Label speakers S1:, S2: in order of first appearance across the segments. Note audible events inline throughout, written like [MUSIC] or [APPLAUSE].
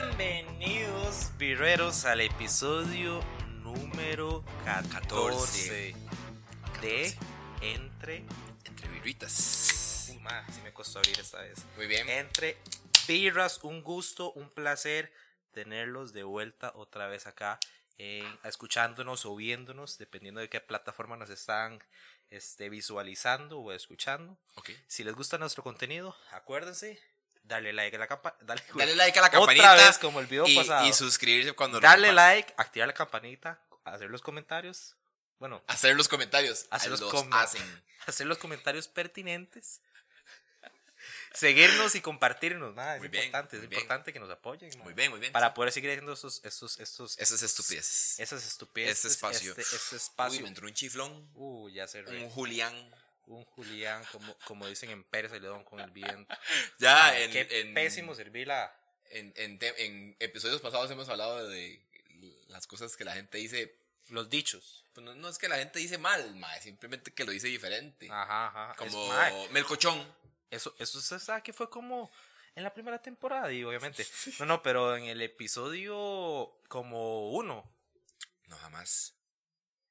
S1: Bienvenidos, birreros, al episodio número 14,
S2: 14.
S1: de Entre.
S2: Entre birritas.
S1: Uy, ma, sí me costó abrir esta vez.
S2: Muy bien.
S1: Entre birras, un gusto, un placer tenerlos de vuelta otra vez acá, eh, escuchándonos o viéndonos, dependiendo de qué plataforma nos están este, visualizando o escuchando.
S2: Ok.
S1: Si les gusta nuestro contenido, acuérdense, darle like a la campa- dale- [LAUGHS]
S2: Dale like a la
S1: Otra
S2: campanita.
S1: vez, como el video
S2: y,
S1: pasado.
S2: y suscribirse cuando nos
S1: darle
S2: compa-
S1: like, activar la campanita, hacer los comentarios. Bueno, [LAUGHS]
S2: Hacer los comentarios.
S1: Hacer los
S2: los
S1: com-
S2: hacen.
S1: hacer los comentarios
S2: [LAUGHS]
S1: pertinentes. Seguirnos y compartirnos, ma, es
S2: Muy bien,
S1: importante,
S2: muy
S1: es
S2: bien.
S1: importante que nos apoyen. ma,
S2: Muy bien, muy bien.
S1: Para poder seguir haciendo estos, estos, estos,
S2: Esas estupideces.
S1: esas estupideces.
S2: este espacio.
S1: Este, este
S2: Uy, me
S1: espacio.
S2: entró un chiflón.
S1: Uh, ya se re-
S2: Un Julián.
S1: Un Julián, como, como dicen en Pérez Celedón
S2: [LAUGHS]
S1: con el viento.
S2: Ya
S1: Ma,
S2: Ah, en,
S1: Qué
S2: en-
S1: pésimo servir la.
S2: En, en te- en episodios pasados hemos hablado de las cosas que la gente dice.
S1: Los dichos.
S2: Pues no, no es que la gente dice mal, mae, simplemente que lo dice diferente.
S1: Ajá, ajá. Ah, Es-
S2: Como
S1: ma,
S2: melcochón.
S1: Eso, eso se sabe que fue como en la primera temporada, y obviamente. No, no, pero en el episodio como uno.
S2: No, jamás.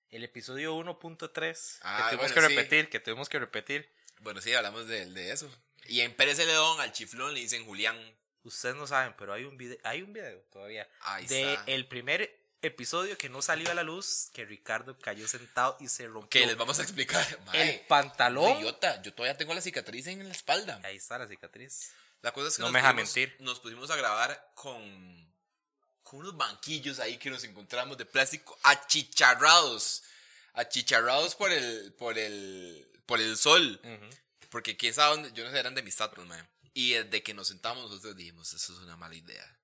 S1: El episodio 1.3.
S2: Ah,
S1: que tuvimos
S2: bueno,
S1: que
S2: sí.
S1: repetir, que tuvimos que repetir.
S2: Bueno, sí, hablamos de, de eso. Y en Pérez León al chiflón le dicen Julián.
S1: Ustedes no saben, pero hay un video, hay un video todavía.
S2: Ahí
S1: de
S2: está.
S1: el primer episodio que no salió a la luz, que Ricardo cayó sentado y se rompió
S2: Que les vamos a explicar. mae.
S1: el pantalón.
S2: No, idiota, yo todavía tengo la cicatriz en la espalda.
S1: Ahí está la cicatriz.
S2: La cosa es que
S1: No
S2: nos
S1: me deja
S2: pusimos-
S1: mentir.
S2: Nos pusimos a grabar con, con unos banquillos ahí que nos encontramos de plástico achicharrados. Achicharrados por el, por el, por el sol.
S1: Ujú.
S2: Porque quién sabe dónde, yo no sé, eran de mis tatos, man. Y desde que nos sentamos nosotros dijimos, eso es una mala idea.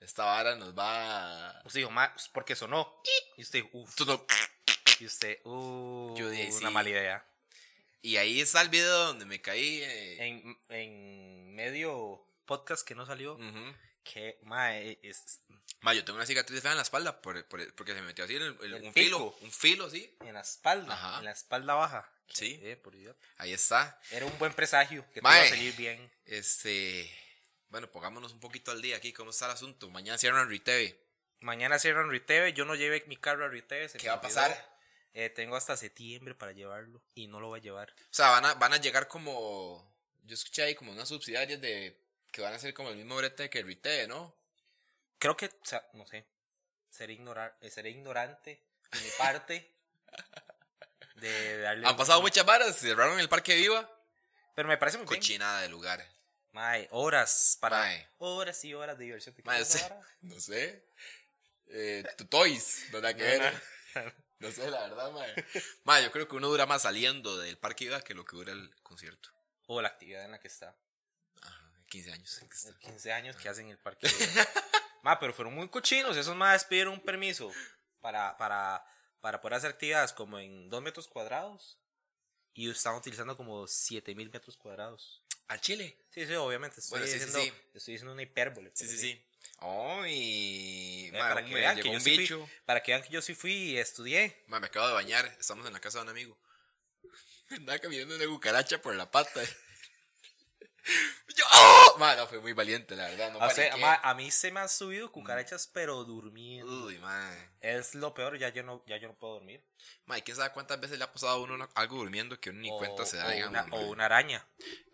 S2: Esta vara nos va a...
S1: Usted dijo, Pues "Ma, porque sonó. Y usted dijo, uff.
S2: Esto no-
S1: Y usted, uh,
S2: Yo dije,
S1: una
S2: sí.
S1: mala idea.
S2: Y ahí está el video donde me caí. eh.
S1: en, en medio podcast que no salió,
S2: Ujú.
S1: que mae, es,
S2: Ma, yo tengo una cicatriz fea en la espalda por- por- porque se me metió así en el- el-
S1: El
S2: un filo.
S1: pico.
S2: Un filo, sí.
S1: en la espalda,
S2: Ajá.
S1: en la espalda baja.
S2: Sí.
S1: Eh, por idiota.
S2: Ahí está.
S1: Era un buen presagio que te
S2: Mae.
S1: iba a salir bien.
S2: Este. Bueno, pongámonos un poquito al día aquí. ¿Cómo está el asunto? Mañana cierran Riteve.
S1: Mañana cierran Riteve, yo no llevé mi carro a Riteve. se
S2: ¿Qué
S1: me
S2: va a
S1: olvidó.
S2: pasar?
S1: Eh, tengo hasta septiembre para llevarlo y no lo voy a llevar.
S2: O sea, van a, van a llegar como. Yo escuché ahí como unas subsidiarias de. Que van a ser como el mismo brete que Riteve, ¿no?
S1: Creo que, o sea, no sé, seré, ignorar, eh, seré ignorante de mi parte
S2: [LAUGHS]
S1: de darle...
S2: Han pasado muchas varas. Cerraron el Parque Viva.
S1: Pero me parece muy bien.
S2: Cochinada de lugar.
S1: Mae, horas para...
S2: Mae.
S1: Horas y horas de diversión. ¿Te
S2: Mae,
S1: quedas
S2: usted-
S1: ahora?
S2: No sé. Eh, tu toys. No nada que
S1: No,
S2: ver.
S1: no.
S2: [LAUGHS] No sé, la verdad, madre. Madre, yo creo que uno dura más saliendo del parque Iba que lo que dura el concierto.
S1: O la actividad en la que está.
S2: Ajá, 15 años. en que está.
S1: 15 años
S2: Ah.
S1: que hacen en el parque.
S2: [LAUGHS]
S1: ma, pero fueron muy cochinos. Esos más pidieron un permiso para, para, para poder hacer actividades como en 2 metros cuadrados. Y estaban utilizando como 7000 metros cuadrados.
S2: ¿Al Chile?
S1: Sí, sí, obviamente. Estoy,
S2: Bueno, sí, sí,
S1: diciendo,
S2: sí.
S1: estoy diciendo una hipérbole.
S2: Sí,
S1: pero
S2: sí, sí. ¡Ay!
S1: Eh,
S2: madre,
S1: para,
S2: un
S1: que
S2: me
S1: vean
S2: llegó
S1: que yo
S2: un
S1: sí
S2: bicho.
S1: fui, para que vean que yo sí fui y estudié.
S2: Madre, me acabo de bañar. Estamos en la casa de un amigo. [LAUGHS] Andaba caminando una cucaracha por la pata. [LAUGHS] Yo, ¡oh! Madre, no, fue muy valiente, la verdad. No Mm.
S1: O sea,
S2: paniqué.
S1: ma, a mí se me han subido cucarachas, pero durmiendo.
S2: Uy, madre.
S1: Es lo peor, ya yo no, ya yo no puedo dormir.
S2: Madre, ¿quién sabe cuántas veces le ha pasado a uno una- algo durmiendo que uno ni
S1: O-
S2: cuenta se da,
S1: o
S2: digamos,
S1: una-
S2: madre?
S1: o una araña.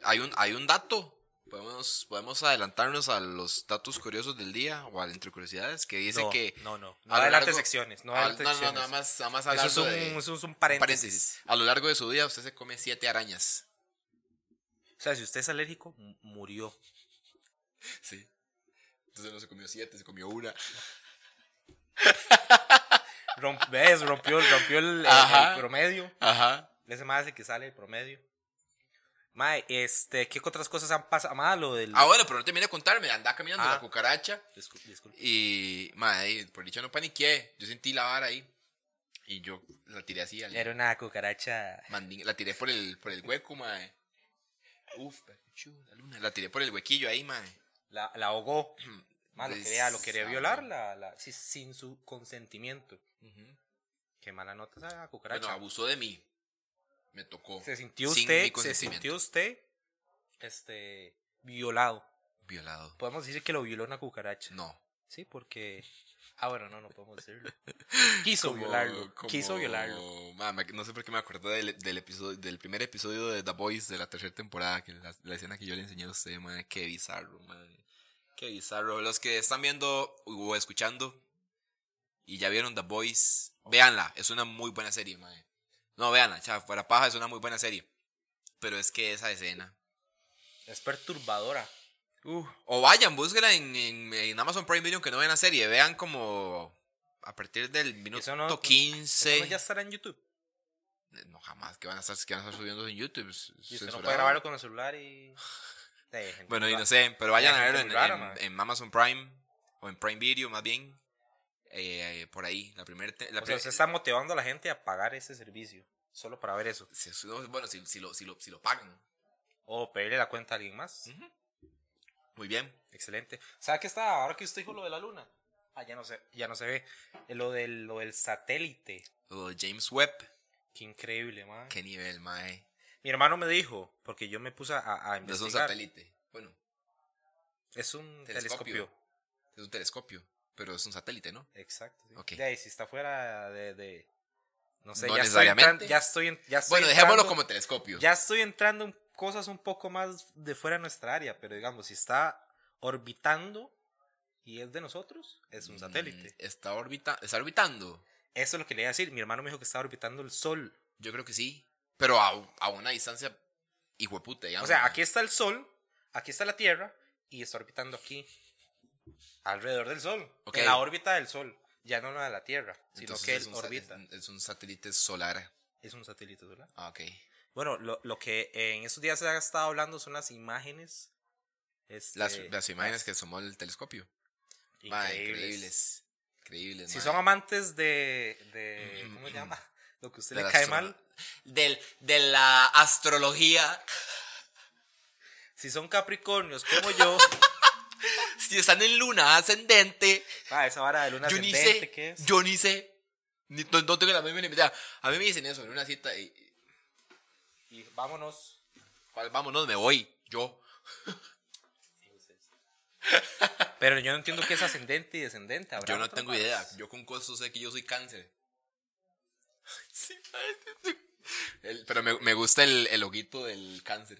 S2: Hay un, hay un dato. Podemos, podemos adelantarnos a los datos curiosos del día o al entre curiosidades que dice
S1: no,
S2: que.
S1: No, no, no.
S2: a lo
S1: adelante
S2: largo-
S1: secciones. Ah, No,
S2: al-
S1: adelante
S2: no, no,
S1: secciones.
S2: nada más, nada más
S1: Eso es
S2: hablando
S1: un,
S2: de-
S1: eso es un
S2: un
S1: paréntesis.
S2: paréntesis. A lo largo de su día usted se come siete arañas. [LAUGHS]
S1: O sea, si usted es alérgico, m- murió.
S2: Sí. Entonces no se comió siete, se comió una.
S1: Romp- ¿Ves? Rompió, rompió el, el-
S2: Ajá.
S1: el promedio.
S2: Ajá.
S1: Ese más es el que sale el promedio. Mae, este, ¿qué otras cosas han pasado? Mae, lo del.
S2: Ah, bueno, pero no terminé de contarme. Andaba caminando
S1: Ah.
S2: la cucaracha
S1: Discul- disculpe.
S2: y. Madre, por dicho no paniqué. Yo sentí la vara ahí y yo la tiré así al.
S1: Era una cucaracha.
S2: Manding- la tiré por el, por el hueco, mae. Uf, chu, la luna. La tiré por el huequillo ahí, mae.
S1: La, la [CLEARS THROAT] ahogó. Mae, lo quería, lo quería violar
S2: Desagradable.
S1: la, la- sí, sin su consentimiento.
S2: Ujú.
S1: Qué mala nota esa cucaracha.
S2: Bueno, abusó de mí. Me tocó.
S1: se sintió
S2: Sin mi
S1: usted. Se
S2: consentimiento.
S1: sintió usted. Este. Violado.
S2: Violado.
S1: Podemos decir que lo violó una cucaracha.
S2: No.
S1: Sí, porque. Ah, bueno, no, no podemos
S2: [LAUGHS]
S1: decirlo. Quiso
S2: Como-
S1: violarlo.
S2: como-
S1: Quiso violarlo.
S2: Ma, me- no sé por qué me acordé del, del episodio, del primer episodio de The Boys de la tercera temporada, que la, la escena que yo le enseñé a usted, madre, qué bizarro, madre. Qué bizarro. Los que están viendo o escuchando y ya vieron The Boys, véanla, es una muy buena serie, madre. No, véanla, ya, para paja es una muy buena serie. Pero es que esa escena.
S1: Es perturbadora.
S2: O vayan, búsquela en, en- en Amazon Prime Video que no vean la serie, vean como a partir del minuto
S1: no- eso no
S2: 15.
S1: Eso ya estará en YouTube.
S2: No, jamás, que van a estar, que van a estar subiendo en YouTube. Es-
S1: Y usted no
S2: censurado.
S1: puede grabarlo con el celular
S2: [LAUGHS]
S1: y. Sí, gente
S2: Bueno, y
S1: rara.
S2: no sé, pero vayan a
S1: Hay gente
S2: verlo en,
S1: muy rara,
S2: en-
S1: man.
S2: en Amazon Prime o en Prime Video, más bien. Eh, eh, por ahí, la primera. te- la
S1: O sea,
S2: pri-
S1: usted está motivando a la gente a pagar ese servicio. Solo para ver eso.
S2: si- si- no, bueno, si, si lo, si, lo, si lo pagan.
S1: O pedirle la cuenta a alguien más.
S2: Ujú. Muy bien.
S1: Excelente. ¿Sabe qué está? Ahora que usted dijo lo de la luna. Ah, ya no se, ya no se ve. Eh, Lo del, lo del satélite.
S2: Lo de James Webb,
S1: Qué increíble, man.
S2: qué nivel, mae.
S1: Mi hermano me dijo, porque yo me puse a, a
S2: No es un
S1: investigar.
S2: satélite. Bueno,
S1: Es un
S2: Telescopio.
S1: telescopio.
S2: es un telescopio, pero es un satélite, ¿no?
S1: Exacto. sí.
S2: Ok.
S1: De ahí, si está fuera de. de- no sé,
S2: No
S1: ya, estoy
S2: necesariamente.
S1: entran- ya estoy en- ya estoy
S2: Bueno, dejémoslo
S1: entrando-
S2: como telescopio.
S1: Ya estoy entrando en cosas un poco más de fuera de nuestra área, pero digamos, si está orbitando y es de nosotros, es un
S2: Mm,
S1: satélite.
S2: Está, orbita está orbitando.
S1: Eso es lo que le iba a decir. Mi hermano me dijo que está orbitando el Sol.
S2: Yo creo que sí. Pero a, a una distancia hijueputa,
S1: O
S2: digamos.
S1: sea, aquí está el Sol, aquí está la Tierra y está orbitando aquí, alrededor del Sol,
S2: Ok.
S1: en la órbita del Sol, ya no la de la Tierra, sino
S2: Entonces
S1: que
S2: es
S1: él
S2: un sa-
S1: orbita.
S2: Es, es un satélite solar.
S1: Es un satélite, ¿verdad?
S2: Ah, ok.
S1: Bueno, lo, lo que en estos días se ha estado hablando son las imágenes. este,
S2: Las, las imágenes que tomó el telescopio. Ma,
S1: increíbles.
S2: increíbles. Increíbles.
S1: Si
S2: ma.
S1: son amantes de, de
S2: Ujú,
S1: ¿cómo se
S2: ujú.
S1: llama? Lo que a usted
S2: Mm, De
S1: le
S2: la
S1: cae
S2: astro-
S1: mal.
S2: Del, de la astrología. [LAUGHS]
S1: Si son capricornios como
S2: [LAUGHS]
S1: yo, [LAUGHS]
S2: Si están en luna ascendente.
S1: ah, esa vara de luna
S2: yo ni
S1: ascendente
S2: sé.
S1: que es.
S2: Yo ni sé. Ni- no, no tengo la misma idea. A mí me dicen eso en una cita y. y-
S1: Y vámonos.
S2: cual, Vámonos, me voy. Yo.
S1: Pero yo no entiendo qué es ascendente y descendente. ¿habrá
S2: Yo no
S1: otras
S2: tengo
S1: varas?
S2: idea. Yo con costo sé que yo soy cáncer. Sí, el- pero me, me gusta el, el loguito del cáncer.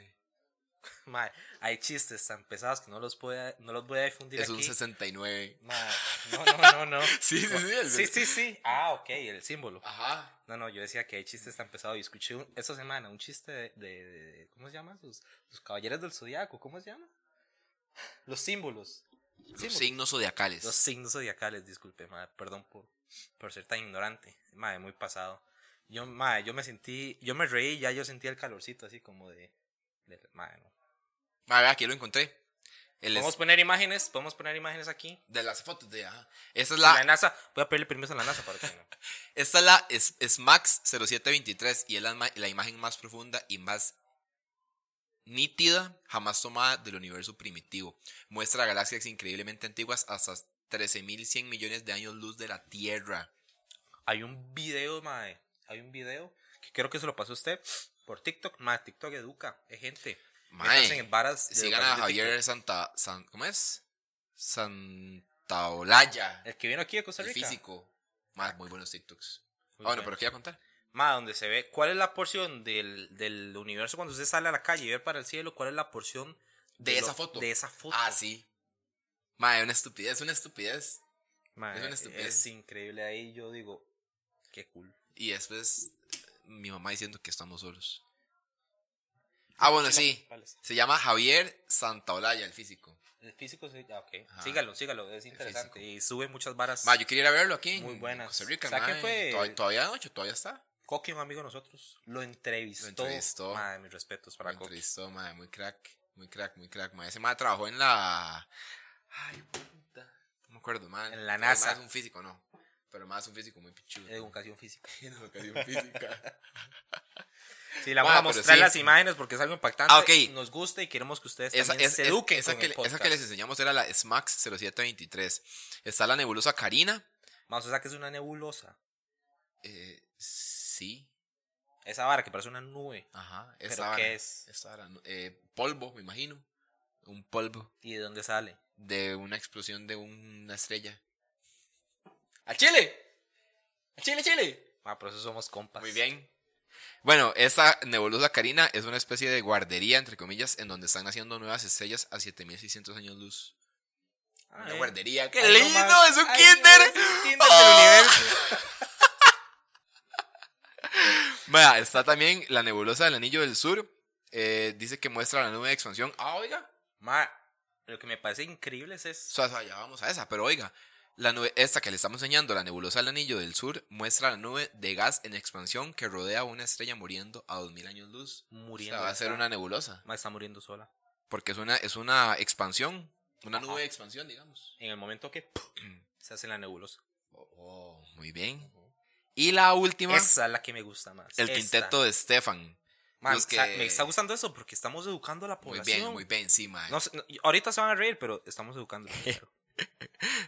S1: Mae, hay chistes tan pesados que no los, puede, no los voy a difundir
S2: Es un
S1: aquí.
S2: 69.
S1: Mae, no, no, no, no.
S2: [LAUGHS] Sí, sí, sí, el-
S1: sí, sí, sí. Ah, ok, el símbolo.
S2: Ajá.
S1: No, no, yo decía que hay chistes tan pesados. Y escuché un- esta semana un chiste de, de- de- ¿Cómo se llama? Los, los caballeros del zodiaco. ¿Cómo se llama? Los símbolos.
S2: Los
S1: Símbolos.
S2: signos zodiacales.
S1: Los signos zodiacales, disculpe, madre, perdón por, por ser tan ignorante. Madre, muy pasado. Yo, madre, yo me sentí, yo me reí, ya yo sentía el calorcito así como de. de madre, no.
S2: Ah, vea, aquí lo encontré. El es-
S1: Podemos poner imágenes, podemos poner imágenes aquí.
S2: de las fotos de. Ajá. Esta es
S1: La,
S2: la,
S1: NASA, voy a pedirle permiso a la NASA para que no.
S2: esta es la es, es Max 0723 y es la, ma- la imagen más profunda y más nítida jamás tomada del universo primitivo. Muestra galaxias increíblemente antiguas hasta 13.100 millones de años luz de la Tierra.
S1: Hay un video, madre, hay un video que creo que se lo pasó a usted por TikTok. Madre, TikTok educa, es gente.
S2: Mae,
S1: Métanse en varas de
S2: Sigan a
S1: educación de
S2: Javier Santa. San, ¿Cómo es? Santaolalla.
S1: TikTok. El que vino aquí de Costa
S2: El
S1: Rica.
S2: físico. Más muy buenos TikToks.
S1: Muy
S2: Ah, bueno,
S1: bueno.
S2: pero ¿qué iba a contar?
S1: Más donde se ve cuál es la porción del, del universo cuando usted sale a la calle y ve para el cielo, cuál es la porción
S2: De esa foto.
S1: De esa foto.
S2: Ah, sí. Madre, una estupidez, una estupidez.
S1: Mae,
S2: es una
S1: es,
S2: estupidez.
S1: increíble ahí, yo digo, qué cool.
S2: Y después mi mamá diciendo que estamos solos. Ah, bueno, sí. Se llama Javier Santaolalla, el físico.
S1: El físico, sí, ah, ok.
S2: Ajá.
S1: Sígalo, sígalo, es interesante. Y sube muchas varas.
S2: Ma, yo quería ir a verlo aquí. en
S1: Muy buenas.
S2: Costa Rica,
S1: ¿Sabes qué
S2: mae.
S1: fue?
S2: Todavía, todavía noche, todavía está.
S1: Coqui, un amigo de nosotros, lo entrevistó.
S2: Lo entrevistó.
S1: Mae, mis respetos para
S2: Para
S1: Coqui.
S2: Cristo, madre, muy crack. Muy crack, muy crack, madre. Ese madre trabajó en la. Ay, puta. No me acuerdo, madre.
S1: En la
S2: Pero el mae
S1: NASA.
S2: es un físico, no. Pero más es un físico muy pichudo.
S1: Eh,
S2: [LAUGHS]
S1: Educación física. [LAUGHS]
S2: En educación física.
S1: Sí, la
S2: Mae,
S1: vamos a
S2: pero
S1: mostrar
S2: sí.
S1: las imágenes porque es algo impactante.
S2: Ah, ok.
S1: Nos gusta y queremos que ustedes
S2: esa,
S1: también
S2: es-
S1: se
S2: es-
S1: eduquen.
S2: esa
S1: con
S2: que,
S1: el
S2: le- esa
S1: podcast.
S2: que les enseñamos era la SMAX 0723. Está la nebulosa Karina.
S1: Más, o sea que es una nebulosa.
S2: Eh, sí.
S1: Esa vara que parece una nube.
S2: Ajá.
S1: ¿Pero
S2: Esa vara.
S1: qué es?
S2: Esa vara, no- eh, polvo, me imagino. un polvo
S1: ¿Y de dónde sale?
S2: de una explosión de una estrella. ¡A Chile! ¡A Chile, Chile!
S1: Ah, por eso somos compas.
S2: Muy bien. Bueno, esta nebulosa carina es una especie de guardería, entre comillas, en donde están naciendo nuevas estrellas a 7600 años luz.
S1: Ah,
S2: una
S1: eh.
S2: guardería. ¡Qué
S1: Ay,
S2: lindo!
S1: nomás.
S2: ¡Es un
S1: Ay,
S2: kinder!
S1: no, es un kinder
S2: ¡Oh!
S1: del universo.
S2: Vea, está también la nebulosa del Anillo del Sur. eh, dice que muestra la nube de expansión. Ah, oiga.
S1: Ma, lo que me parece increíble es
S2: O
S1: eso.
S2: sea, o sea, ya vamos a esa, pero oiga. La nube, esta que le estamos enseñando, la nebulosa del Anillo del Sur, muestra la nube de gas en expansión que rodea a una estrella muriendo a 2000 años luz.
S1: Muriendo.
S2: o sea, va a ser
S1: está.
S2: una nebulosa.
S1: Ma, está muriendo sola.
S2: Porque es una, es una expansión. Una
S1: Ajá.
S2: nube de expansión, digamos.
S1: En el momento que [CLEARS THROAT] se hace la nebulosa.
S2: Oh, muy bien. Y la última,
S1: Esa es la que me gusta más.
S2: el
S1: Esta.
S2: quinteto de Stefan.
S1: Ma,
S2: los
S1: o sea,
S2: que-
S1: Me está gustando eso porque estamos educando a la
S2: Muy
S1: población.
S2: bien, muy bien, sí, mae.
S1: No sé, no, ahorita se van a reír, pero estamos
S2: [LAUGHS]
S1: educando.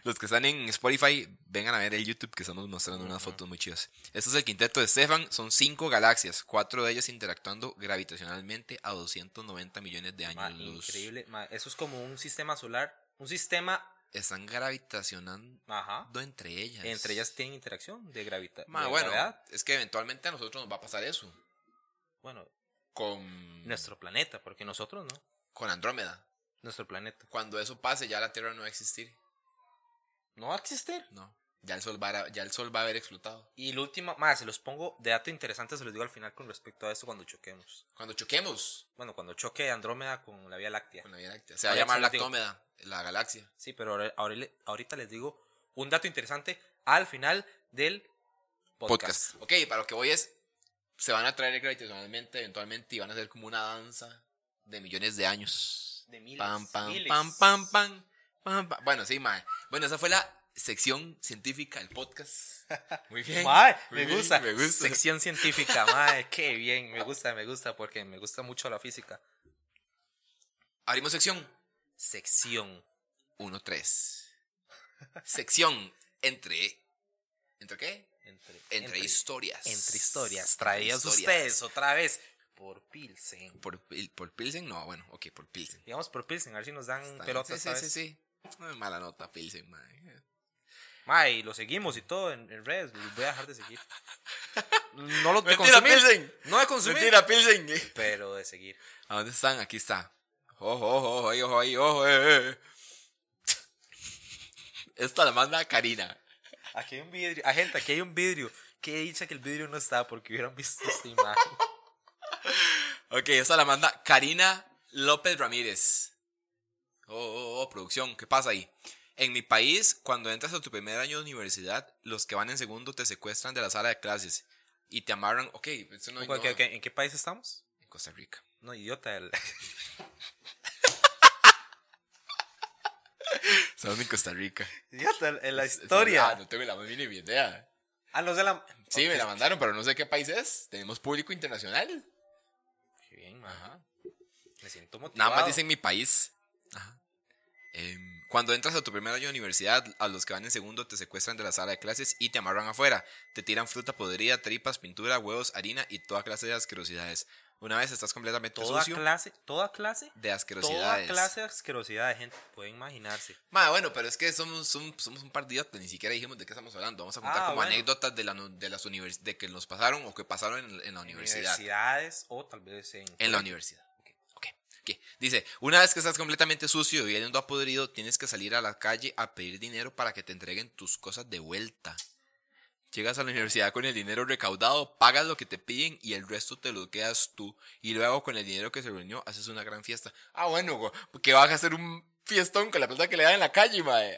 S2: Los que están en Spotify, vengan a ver el YouTube que estamos mostrando unas
S1: Ujú.
S2: fotos muy chidas. Este es el quinteto de Stefan. Son cinco galaxias, cuatro de ellas interactuando gravitacionalmente a 290 millones de
S1: Ma,
S2: años luz.
S1: increíble. ma, eso es como un sistema solar. Un sistema.
S2: Están gravitacionando
S1: Ajá.
S2: entre ellas.
S1: Entre ellas tienen interacción de, gravita
S2: Ma,
S1: de
S2: bueno,
S1: gravedad.
S2: es que eventualmente a nosotros nos va a pasar eso.
S1: Bueno,
S2: Con,
S1: nuestro planeta, porque nosotros no.
S2: con Andrómeda.
S1: Nuestro planeta.
S2: Cuando eso pase, ya la Tierra no va a existir.
S1: No va a existir.
S2: No. Ya el sol va a, ya el sol va a haber explotado.
S1: Y el último, más, se los pongo de dato interesante, se los digo al final con respecto a eso cuando choquemos.
S2: Cuando choquemos
S1: Bueno, cuando choque Andrómeda con la Vía Láctea.
S2: con la Vía Láctea, se va a
S1: Ahora
S2: llamar
S1: se los digo.
S2: Lactómeda, la galaxia.
S1: Sí, pero ahora- ahora le- ahorita les digo un dato interesante al final del podcast.
S2: podcast. Ok, para lo que voy es, se van a traer gravitacionalmente eventualmente y van a ser como una danza de millones de años.
S1: De miles,
S2: Pam, pam,
S1: miles.
S2: pam, pam, pam, pam, pam. Bueno, sí, mae. Bueno, esa fue la sección científica del
S1: [LAUGHS]
S2: podcast. Muy bien.
S1: Mae,
S2: Muy
S1: me
S2: bien,
S1: gusta.
S2: me gusta.
S1: Sección científica, mae, qué bien, me gusta, me gusta, porque me gusta mucho la física.
S2: Abrimos sección
S1: Sección.
S2: 1-3. sección entre... ¿Entre qué?
S1: Entre,
S2: Entre, historias.
S1: entre historias, traídas
S2: Entre historias.
S1: ustedes otra vez por Pilsen.
S2: Por, Pil- por Pilsen, no, bueno, ok, por Pilsen.
S1: Digamos por Pilsen, a ver si nos dan
S2: Está bien.
S1: pelotas.
S2: sí,
S1: Mm, ¿sabes?
S2: sí, sí, sí. Ay, Mala nota, Pilsen, mae.
S1: Ma, y lo seguimos y todo en, en redes. los Voy a dejar de seguir. No lo de
S2: Mentira,
S1: consumir,
S2: Pilsen.
S1: No de consumir.
S2: Pilsen.
S1: Pero de seguir.
S2: ¿A dónde están? Aquí está. Ojo, ojo, ojo, ahí, ojo, ahí, ojo. eh, eh. Esta la manda Karina.
S1: Aquí hay un vidrio. Ah, gente, aquí hay un vidrio. Qué dicha que el vidrio no está porque hubieran visto
S2: [LAUGHS]
S1: esta imagen.
S2: Ok, esta la manda Karina López Ramírez. Oh, oh, oh, producción, ¿qué pasa ahí? En mi país, cuando entras a tu primer año de universidad, los que van en segundo te secuestran de la sala de clases y te amarran. Ok, eso no,
S1: Ok,
S2: no-
S1: ok, ok, ¿En qué país estamos?
S2: En Costa Rica.
S1: No, idiota.
S2: [LAUGHS]
S1: el-
S2: Estamos en Costa Rica.
S1: idiota, el- el- la
S2: Ah,
S1: historia.
S2: no tengo la más mínima idea.
S1: Ah, no sé la.
S2: Sí, me la
S1: Ok,
S2: mandaron, pero no sé qué país es. Tenemos público internacional.
S1: Qué bien, ma. Me siento motivado.
S2: Nada más dicen mi país. Ajá. Em, cuando entras a tu primer año de universidad, a los que van en segundo te secuestran de la sala de clases y te amarran afuera. Te tiran fruta podrida, tripas, pintura, huevos, harina y toda clase de asquerosidades. Una vez estás completamente
S1: Toda
S2: sucio
S1: clase, toda clase,
S2: de
S1: toda
S2: asquerosidades.
S1: clase de asquerosidad de gente. Pueden imaginarse.
S2: Ma, bueno, pero es que somos, som- somos un par de idiotas, ni siquiera dijimos de qué estamos hablando. Vamos a contar
S1: Ah,
S2: como
S1: bueno.
S2: anécdotas de, la nu- de las univers- de que nos pasaron o que pasaron en, en la universidad.
S1: Universidades o tal vez en.
S2: En la universidad. Ok, ok. Dice, una vez que estás completamente sucio y yendo a podrido, tienes que salir a la calle a pedir dinero para que te entreguen tus cosas de vuelta. Llegas a la universidad con el dinero recaudado, pagas lo que te piden y el resto te lo quedas tú. Y luego con el dinero que se reunió haces una gran fiesta. Ah, bueno, güey, porque vas a hacer un fiestón con la plata que le dan en la calle, mae.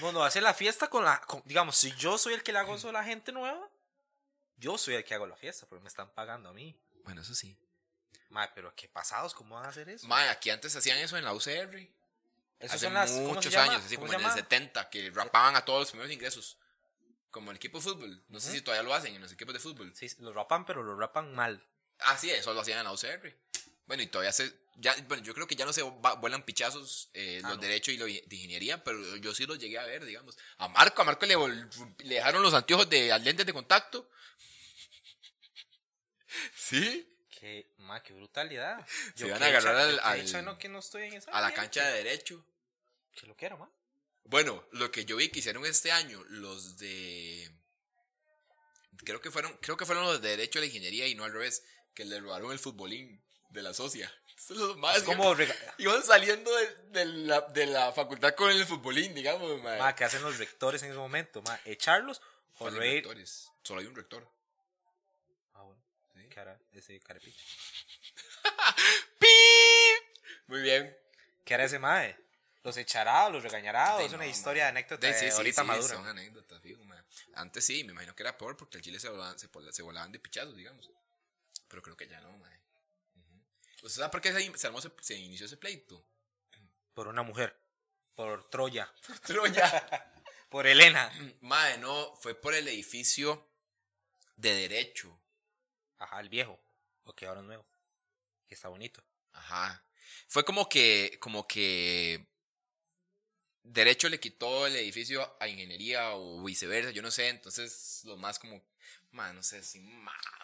S1: No, no, hace la fiesta con la. con- digamos, si yo soy el que le hago eso a la gente nueva, yo soy el que hago la fiesta, porque me están pagando a mí.
S2: Bueno, eso sí.
S1: Madre, pero qué pasados, ¿cómo van a hacer eso?
S2: Mae, aquí antes hacían eso en la UCR.
S1: Esas
S2: hace
S1: son las- ¿cómo se
S2: muchos
S1: llama?
S2: años, así
S1: ¿Cómo se
S2: como en el
S1: llama?
S2: 70, que rapaban a todos los primeros ingresos. Como el equipo de fútbol. No sé
S1: Ujú.
S2: si todavía lo hacen en los equipos de fútbol.
S1: Sí, lo rapan, pero lo rapan mal.
S2: Ah, sí, eso lo hacían en la UCR. Bueno, y todavía se. Ya, bueno, yo creo que ya no se va- vuelan pichazos eh,
S1: Ah,
S2: los
S1: no.
S2: derechos y lo de ingeniería, pero yo sí los llegué a ver, digamos. A Marco, a Marco le, vol- le dejaron los anteojos de las lentes de contacto. [LAUGHS] Sí.
S1: Qué, ma, qué brutalidad.
S2: [LAUGHS] Se
S1: Yo
S2: iban
S1: qué
S2: a
S1: hecha-
S2: agarrar al-
S1: yo qué
S2: al-
S1: hecha, no, que no estoy en esa
S2: A la
S1: mierda.
S2: cancha de derecho.
S1: Que lo quiero, ma.
S2: Bueno, lo que yo vi que hicieron este año, los de. Creo que fueron, creo que fueron los de Derecho a la Ingeniería y no al revés, que le robaron el futbolín de la socia. [LAUGHS] Entonces, los más
S1: ¿Cómo rega-
S2: iban saliendo de, de la, de la facultad con el futbolín, digamos, mae.
S1: ma, ¿qué hacen los rectores en ese momento, ma? ¿Echarlos o
S2: Salen
S1: reír?
S2: rectores. Solo hay un rector.
S1: Ah, bueno.
S2: Sí.
S1: Cara, ese carepicho.
S2: ¡Pip! Muy bien.
S1: ¿Qué hará ese mae? ¿Los echará o los regañará? o
S2: Sí,
S1: es una
S2: no,
S1: historia de
S2: mae.
S1: anécdota
S2: Sí, sí,
S1: de
S2: sí,
S1: ahorita
S2: sí,
S1: madura.
S2: Son anécdotas, fijo, mae. Antes sí, me imagino que era peor porque al Chile se volaban, se, pola- se volaban de pichazos, digamos. Pero creo que ya no, mae. Ujú. ¿Usted sabe por qué se, se armó ese- se inició
S1: [LAUGHS]
S2: ese pleito?
S1: Por una mujer. Por Troya.
S2: Troya.
S1: Por Elena.
S2: mae, no, fue por el edificio de derecho.
S1: Ajá, el viejo. Ok, ahora es nuevo. Y está bonito.
S2: Ajá. Fue como que, como que Derecho le quitó el edificio a ingeniería o viceversa, yo no sé. Entonces, lo más como, man, no sé, así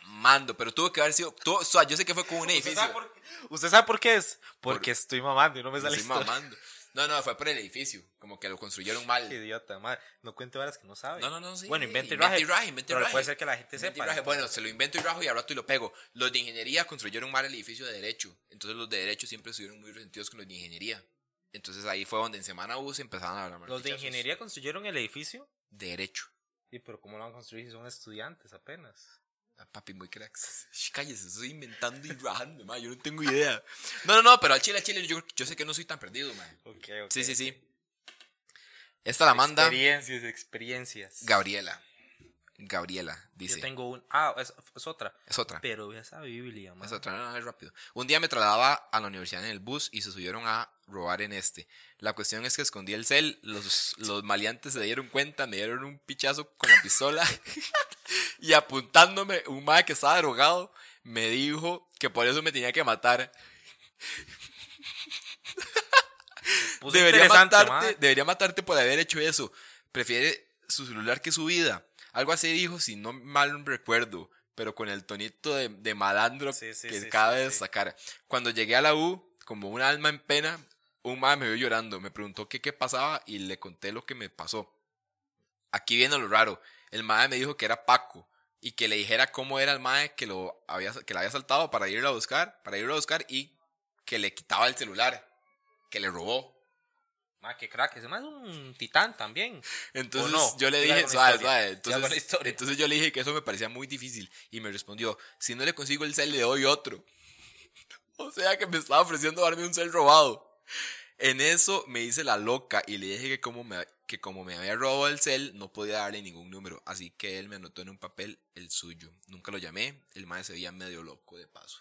S2: mamando, pero tuvo que haber sido, tuvo- o sea, yo sé
S1: [LAUGHS]
S2: que fue con un edificio.
S1: por, ¿Usted sabe por qué es? Porque
S2: Por-
S1: estoy mamando y no me
S2: Yo
S1: sale
S2: sí,
S1: historia.
S2: mamando. No, no, fue por el edificio, como que lo construyeron
S1: [LAUGHS]
S2: mal.
S1: Qué [LAUGHS] idiota, madre. No cuente varas que no sabe.
S2: No, no, no, sí.
S1: Bueno, invente y
S2: Inventa
S1: raje.
S2: y raje, inventa y
S1: Pero
S2: raje.
S1: puede ser que la gente sepa.
S2: Invento y rajo. Bueno, se lo invento y rajo y al rato y lo pego. Los de ingeniería construyeron mal el edificio de derecho. Entonces los de derecho siempre estuvieron muy resentidos con los de ingeniería. Entonces ahí fue donde en Semana U se empezaron a hablar mal
S1: Los de
S2: pichazos.
S1: ingeniería construyeron el edificio.
S2: De Derecho.
S1: Sí, pero ¿cómo lo van a construir si son estudiantes apenas?
S2: Ah, Papi, muy cracks. [LAUGHS] Sh, Cállese, estoy inventando y rajando, ma, yo no tengo idea. No, no, no, pero al chile, al chile, yo, yo sé que no soy tan perdido, ma.
S1: Ok, ok.
S2: Sí, sí, sí. Esta la manda
S1: Experiencias, experiencias.
S2: Gabriela. Gabriela, dice.
S1: Yo tengo un. Ah, es, es otra.
S2: Es otra.
S1: Pero vea esa Biblia, man.
S2: Es otra, no, no, es rápido. Un día me trasladaba a la universidad en el bus y se subieron a robar en este. La cuestión es que escondí el cel, los, los maleantes se dieron cuenta, me dieron un pichazo con la pistola [LAUGHS] y apuntándome, un mae que estaba drogado me dijo que por eso me tenía que matar.
S1: Puso
S2: Debería
S1: interesante,
S2: matarte,
S1: ma.
S2: debería matarte por haber hecho eso. Prefiere su celular que su vida. Algo así dijo, si no mal recuerdo, pero con el tonito de, de malandro
S1: Sí, sí,
S2: que
S1: sí,
S2: cabe
S1: sí, sí.
S2: destacar. Cuando llegué a la U, como un alma en pena, un madre me vio llorando. Me preguntó que qué pasaba y le conté lo que me pasó. Aquí viene lo raro. El madre me dijo que era Paco y que le dijera cómo era el madre que lo había, que la había saltado para irlo a buscar, para irlo a buscar y que le quitaba el celular, que le robó.
S1: Ma, qué crack. Ese ma es un titán también.
S2: Entonces
S1: ¿O no?
S2: yo le
S1: Era
S2: dije,
S1: una
S2: suave,
S1: historia.
S2: suave.
S1: Era una
S2: Entonces,
S1: historia.
S2: entonces yo le dije que eso me parecía muy difícil. Y me respondió, si no le consigo el cel, le doy otro. [LAUGHS] o sea que me estaba ofreciendo darme un cel robado. En eso me hice la loca y le dije que como me, que como me había robado el cel, no podía darle ningún número. Así que él me anotó en un papel el suyo. Nunca lo llamé. El mae se veía medio loco de paso.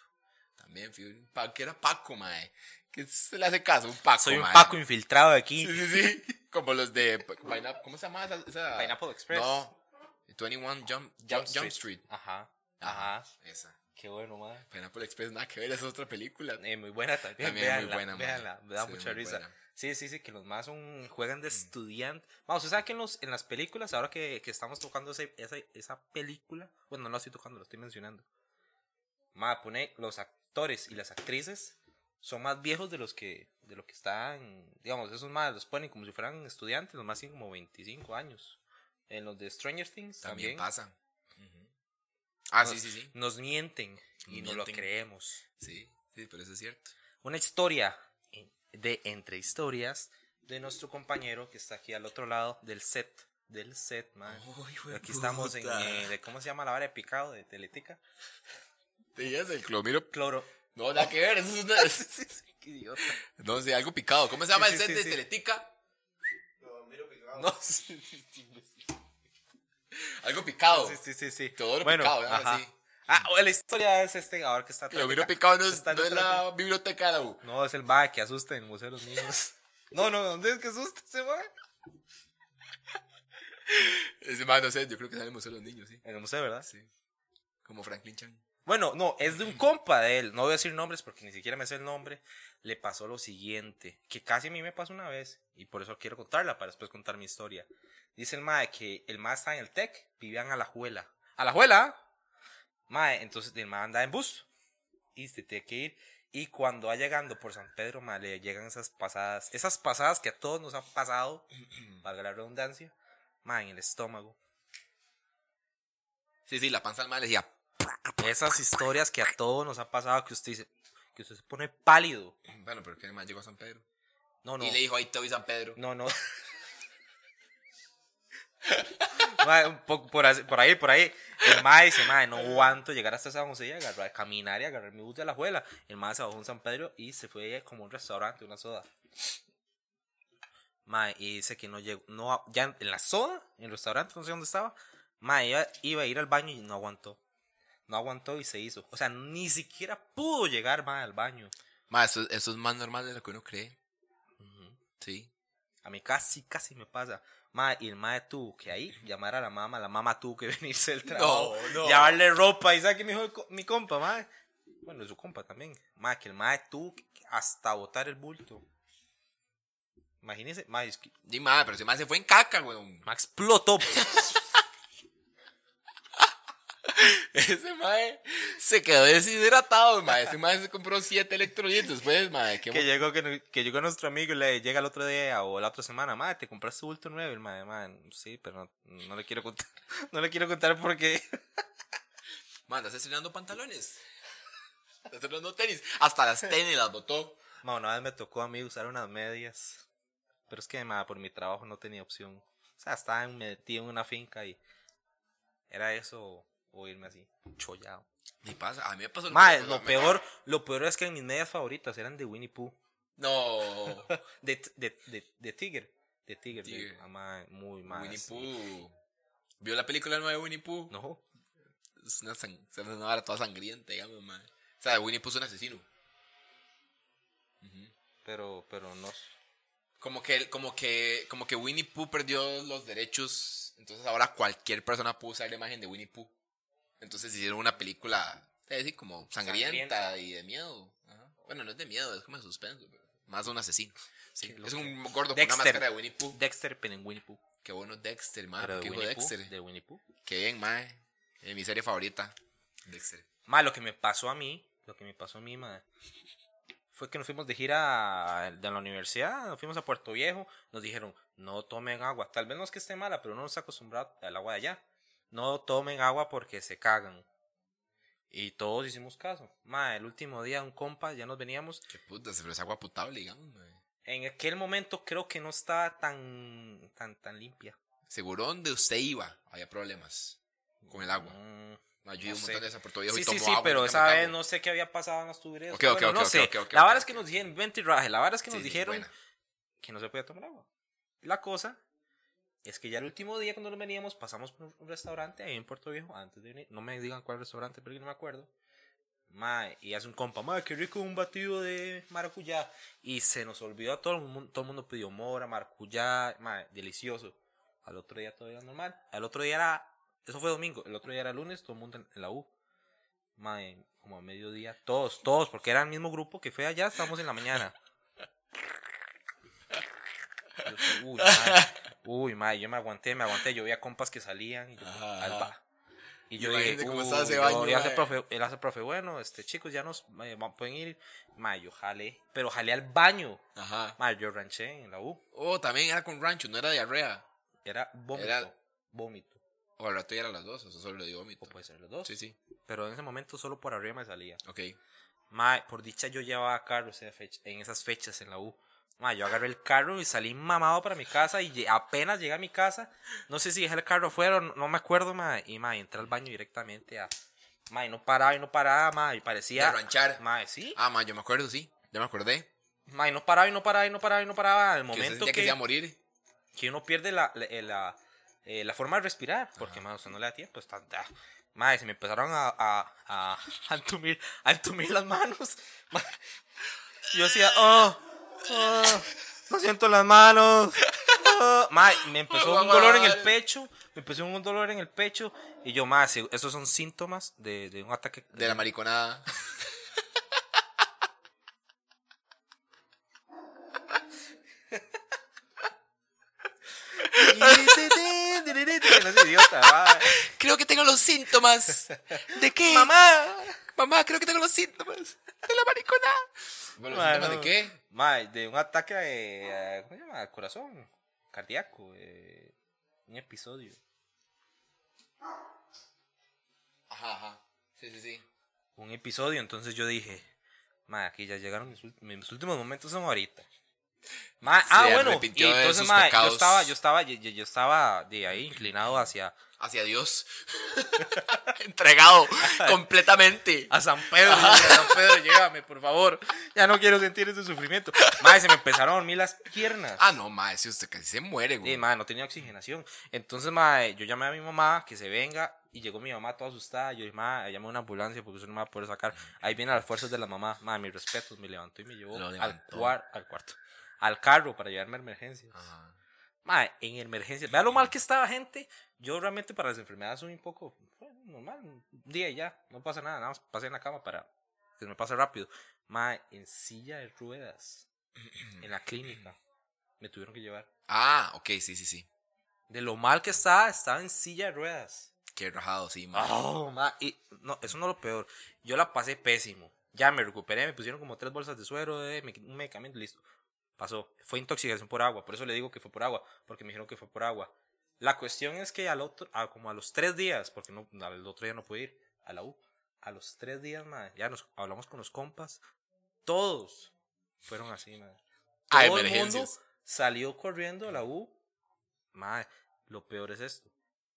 S2: También fui un pa- que era Paco, mae. Que se le hace caso, un Paco,
S1: Soy un
S2: mae.
S1: Paco infiltrado aquí.
S2: Sí, sí, sí.
S1: [LAUGHS]
S2: Como los de Pineapple. ¿Cómo se llama esa? esa-
S1: Pineapple Express.
S2: No. 21 Jump, Jump, Jump Street. Ah.
S1: Ajá.
S2: Ajá.
S1: Ajá.
S2: Esa.
S1: Qué bueno, ma.
S2: Pineapple Express, nada que ver, esa es otra película.
S1: Eh, muy buena también.
S2: También
S1: véanla,
S2: muy buena, ma.
S1: véanla, me da
S2: Sí,
S1: mucha
S2: muy
S1: risa.
S2: buena. Mm.
S1: Sí, sí, sí, que los más son, juegan de estudiante. Vamos, usted sabe que en, los, en las películas, ahora que, que estamos tocando ese- esa, esa película, bueno, no la estoy tocando, la estoy mencionando. Ma, pone los actores y las actrices son más viejos de los que de lo que están, digamos, esos más los ponen como si fueran estudiantes, los más tienen como 25 años. En los de Stranger Things también,
S2: También pasa. Ujú. Ah, sí, sí, sí.
S1: nos mienten y no lo
S2: Mienten.
S1: creemos.
S2: Sí, sí, pero eso es cierto.
S1: una historia en- de entre historias de nuestro compañero que está aquí al otro lado del set del set man
S2: Oh,
S1: aquí estamos en eh, de- cómo se llama la vara de picado de Teletica
S2: Te digas el clomiro.
S1: cloro
S2: [LAUGHS] No, nada que ver, eso es una-
S1: Qué idiota.
S2: No sé, algo picado. ¿Cómo se llama
S1: Sí,
S2: el
S1: sí,
S2: set
S1: sí,
S2: de
S1: sí.
S2: Teletica?
S1: no [LAUGHS] sí sí sí,
S2: Algo picado.
S1: sí, sí, sí, sí.
S2: Todo lo Oh. picado, ¿no?
S1: ajá.
S2: Así.
S1: ah o la historia es este ahora que está
S2: Clomiro
S1: Teletica.
S2: picado no es,
S1: Está en
S2: no es
S1: otra
S2: la biblioteca de la U.
S1: No, es el va que asusta en el Museo de los Niños.
S2: [LAUGHS]
S1: No, no, ¿dónde es que asusta ese va?
S2: Es más, no sé, yo creo que sabemos solo los niños, sí.
S1: En el museo, ¿verdad?
S2: Sí. Como Franklin Chan.
S1: Bueno, no, es de un compa de él. No voy a decir nombres porque ni siquiera me sé el nombre. Le pasó lo siguiente, que casi a mí me pasó una vez y por eso quiero contarla para después contar mi historia. Dice el mae que el mae está en el tech, vivían a la juela. ¿A la juela? Mae, entonces el mae anda en bus y se tiene que ir. Y cuando va llegando por San Pedro, ma, le llegan esas pasadas, esas pasadas que a todos nos han pasado, valga la redundancia, ma, en el estómago.
S2: Sí, sí, la panza al mal le decía.
S1: Esas historias que a todos nos han pasado, que usted dice, que usted se pone pálido.
S2: [CLEARS THROAT] Bueno, pero que el man llegó a San Pedro.
S1: No, no.
S2: Y le dijo, ahí te voy San Pedro.
S1: No, [LAUGHS] no. Mae, un poco por, así- por ahí, por ahí. El mae dice, mae, no aguanto llegar hasta San José y agarrar, caminar y agarrar mi bus de la abuela. El mae se bajó en San Pedro y se fue como a un restaurante, una soda. Mae, y dice que no llegó, no, ya en- en la soda, en el restaurante, no sé dónde estaba. Mae, iba, iba a ir al baño y no aguantó. No aguantó y se hizo. O sea, ni siquiera pudo llegar, mae, al baño.
S2: Ma, eso, eso es más normal de lo que uno cree. Sí.
S1: A mí casi, casi me pasa. Mae, y el mae tuvo que ahí llamar a la mamá. La mamá tuvo que [LAUGHS] venirse del trabajo.
S2: no.
S1: Llevarle ropa. Y sabe que me dijo el co- mi compa, mae. Bueno, su compa también. Mae, que el mae tuvo que hasta botar el bulto. Imagínense, mae, es que-
S2: Y ma, pero si ma se fue en caca, weón.
S1: mae explotó.
S2: [LAUGHS] Ese mae se quedó deshidratado, mae. Ese mae se compró siete electrolitos después, mae. Qué
S1: que,
S2: mo-
S1: llegó, que, no- que llegó nuestro amigo y le llega el otro día o la otra semana. Mae, te compraste bulto nuevo. El mae, mae, sí, pero no, no le quiero contar. [LAUGHS] No le quiero contar porque.
S2: Ma, andas estrenando pantalones. Estás estrenando tenis. Hasta las tenis las botó.
S1: Ma, una vez me tocó a mí usar unas medias. Pero es que, ma, por mi trabajo no tenía opción. O sea, estaba en- metido en una finca y. Era eso o- o irme así, chollado.
S2: Me pasa, a mí me pasó
S1: Ma,
S2: mismo,
S1: lo
S2: me-
S1: peor, lo peor es que mis medias favoritas eran de Winnie Pooh.
S2: No.
S1: De, t- de, de, de Tiger. De Tiger. de-
S2: Tiger.
S1: ah, ma, muy mal.
S2: Winnie
S1: sí.
S2: Pooh. ¿Vio la película nueva de Winnie Pooh?
S1: No.
S2: Es una, sang- es una vara toda sangrienta, digamos, mae. O sea, Winnie Pooh es un asesino. Ujú.
S1: Pero, pero no.
S2: Como que, como que, como que Winnie Pooh perdió los derechos. Entonces ahora cualquier persona puede usar la imagen de Winnie Pooh. Entonces hicieron una película, es decir, como sangrienta,
S1: Sangrienta.
S2: y de miedo. Ajá. Bueno, no es de miedo, es como de suspenso. pero Más un asesino. Sí,
S1: Qué
S2: es
S1: loco.
S2: un gordo con una
S1: Dexter.
S2: máscara de Winnie Pooh.
S1: Dexter, pero en Winnie Pooh.
S2: Qué bueno Dexter,
S1: Pero
S2: madre. Qué
S1: de
S2: hijo
S1: Winnie Pooh.
S2: Dexter.
S1: De Winnie Pooh.
S2: Qué bien, madre. Eh, mi serie favorita. Dexter.
S1: Ma, lo que me pasó a mí, lo que me pasó a mí, ma, fue que nos fuimos de gira de la universidad, nos fuimos a Puerto Viejo, nos dijeron, no tomen agua, tal vez no es que esté mala, pero uno no se ha acostumbrado al agua de allá, no tomen agua porque se cagan. Y todos hicimos caso. Ma, el último día un compa, ya nos veníamos,
S2: Qué puta, pero es agua potable, digamos, mae.
S1: en aquel momento creo que no estaba tan, tan, tan limpia.
S2: Seguro donde usted iba, había problemas con el agua.
S1: Mm.
S2: Me ayudó
S1: No
S2: un
S1: sé.
S2: montón de esa Puerto Viejo
S1: Sí,
S2: y
S1: sí,
S2: tomo
S1: sí,
S2: agua,
S1: pero
S2: nunca me
S1: esa vez
S2: cago.
S1: no sé qué había pasado en las tuberías.
S2: Ok, ok,
S1: Bueno, no
S2: ok,
S1: sé.
S2: ok, ok,
S1: la
S2: ok,
S1: verdad es
S2: ok.
S1: que nos dijeron, vente y raje. La verdad es que
S2: Sí,
S1: nos
S2: sí,
S1: dijeron
S2: buena.
S1: que no se podía tomar agua. La cosa es que ya el último día cuando nos veníamos pasamos por un restaurante ahí en Puerto Viejo antes de venir. No me digan cuál restaurante porque no me acuerdo. Mae, y hace un compa, mae, qué rico un batido de maracuyá. Y se nos olvidó a todo el mundo, todo el mundo pidió mora, maracuyá, mae, delicioso. Al otro día todo era normal. Al otro día era, eso fue domingo, el otro día era lunes, todo el mundo en, en la U. Mae, como a mediodía, todos, todos, porque era el mismo grupo que fue allá, estábamos en la mañana. Yo sí, Uy, mae. Uy, mae, yo me aguanté, me aguanté. Yo veía compas que salían y yo,
S2: Ajá,
S1: al
S2: ajá.
S1: ba- Y yo
S2: Imagínate
S1: dije,
S2: cómo
S1: "Uy,
S2: estaba ese
S1: yo-
S2: baño,
S1: y hace
S2: mae.
S1: profe, él hace profe, bueno, este chicos ya nos mae, va- pueden ir. Mae, yo jalé, pero jalé al baño.
S2: Ajá.
S1: Mae, yo ranché en la U.
S2: Oh, también era con rancho, no era diarrea.
S1: Era vómito.
S2: Era-
S1: Vómito.
S2: O al rato ya eran las dos, eso solo le dio vómito.
S1: O puede ser los dos.
S2: Sí, sí.
S1: Pero en ese momento solo por arriba me salía.
S2: Ok.
S1: Mae, por dicha yo llevaba carro esa fecha- en esas fechas en la U. Mae, yo agarré el carro y salí mamado para mi casa y lle- apenas llegué a mi casa, no sé si dejé el carro afuera, o no, no me acuerdo, mae, y mae, entré al baño directamente a... Mae, no paraba y no paraba, mae, y
S2: Ya.
S1: parecía...
S2: ranchar.
S1: Mae, sí.
S2: Ah, ma, yo me acuerdo, sí. Ya me acordé.
S1: Mae, no paraba y no paraba y no paraba y no paraba. Al
S2: Que usted
S1: momento
S2: sentía que se
S1: que,
S2: iba a morir.
S1: que uno pierde la, la, eh, la, eh, la forma de respirar, porque, mae, usted no le da tiempo, está... ah. Mae, se me empezaron a, a, a, a entumir, a entumir las manos. Mae, Yo decía, oh, oh, no siento las manos. oh". Mae, me empezó un dolor en el pecho, me empezó un dolor en el pecho. Y yo, mae, si- esos son síntomas de, de un ataque.
S2: De
S1: [LAUGHS]
S2: la mariconada.
S1: No es idiota, mae.
S2: [LAUGHS] Creo que tengo los síntomas. ¿De qué?
S1: Mamá.
S2: Mamá, creo que tengo los síntomas. maricona. Bueno,
S1: Mae,
S2: ¿síntomas de
S1: no.
S2: qué?
S1: Mae, de un ataque de. ¿Cómo se llama? Al Corazón. Cardíaco. eh, un episodio.
S2: Ajá, ajá. Sí, sí, sí.
S1: Un episodio, entonces yo dije. Mae, aquí ya llegaron mis, ult- mis últimos momentos son ahorita. Mae, ah, bueno. Y
S2: arrepintió de
S1: entonces,
S2: sus
S1: mae, yo
S2: pecados.
S1: estaba, yo estaba, yo, yo- yo estaba de ahí inclinado hacia.
S2: Hacia Dios.
S1: [LAUGHS]
S2: [LAUGHS] Entregado completamente.
S1: A San Pedro, yo dije, San Pedro, llévame, por favor. Ya no quiero sentir ese sufrimiento. Mae, se me empezaron a dormir las piernas.
S2: Ah, no, mae, si usted casi se muere, güey.
S1: Sí, madre, no tenía oxigenación. Entonces, madre, yo llamé a mi mamá que se venga y llegó mi mamá toda asustada. Yo dije, madre, llamé a una ambulancia porque usted no me va a poder sacar. Ahí vienen las fuerzas de la mamá. Madre, mis respetos, me levantó y me llevó
S2: Lo
S1: al,
S2: levantó.
S1: cuar- al cuarto, al carro para llevarme a emergencias.
S2: Ajá.
S1: Madre, en emergencias. Vea lo mal que estaba, gente. Yo realmente para las enfermedades soy un poco bueno, normal, un día y ya, no pasa nada, nada más pasé en la cama para que me pase rápido. Madre, en silla de ruedas, en la clínica, me tuvieron que llevar.
S2: Ah, ok, sí, sí, sí.
S1: De lo mal que estaba, estaba en silla de ruedas.
S2: Qué rajado, sí, mae.
S1: Oh, ma, y no, eso no es lo peor. Yo la pasé pésimo. Ya me recuperé, me pusieron como tres bolsas de suero, eh, me- un medicamento, listo. Pasó. Fue intoxicación por agua. Por eso le digo que fue por agua, porque me dijeron que fue por agua. La cuestión es que al otro, a- como a los tres días, porque no, al otro día no pude ir a la U, a los tres días, ma, ya nos hablamos con los compas. Todos fueron así, ma.
S2: A
S1: Todo el mundo
S2: Ah, emergencias.
S1: salió corriendo a la U. Madre, lo peor es esto.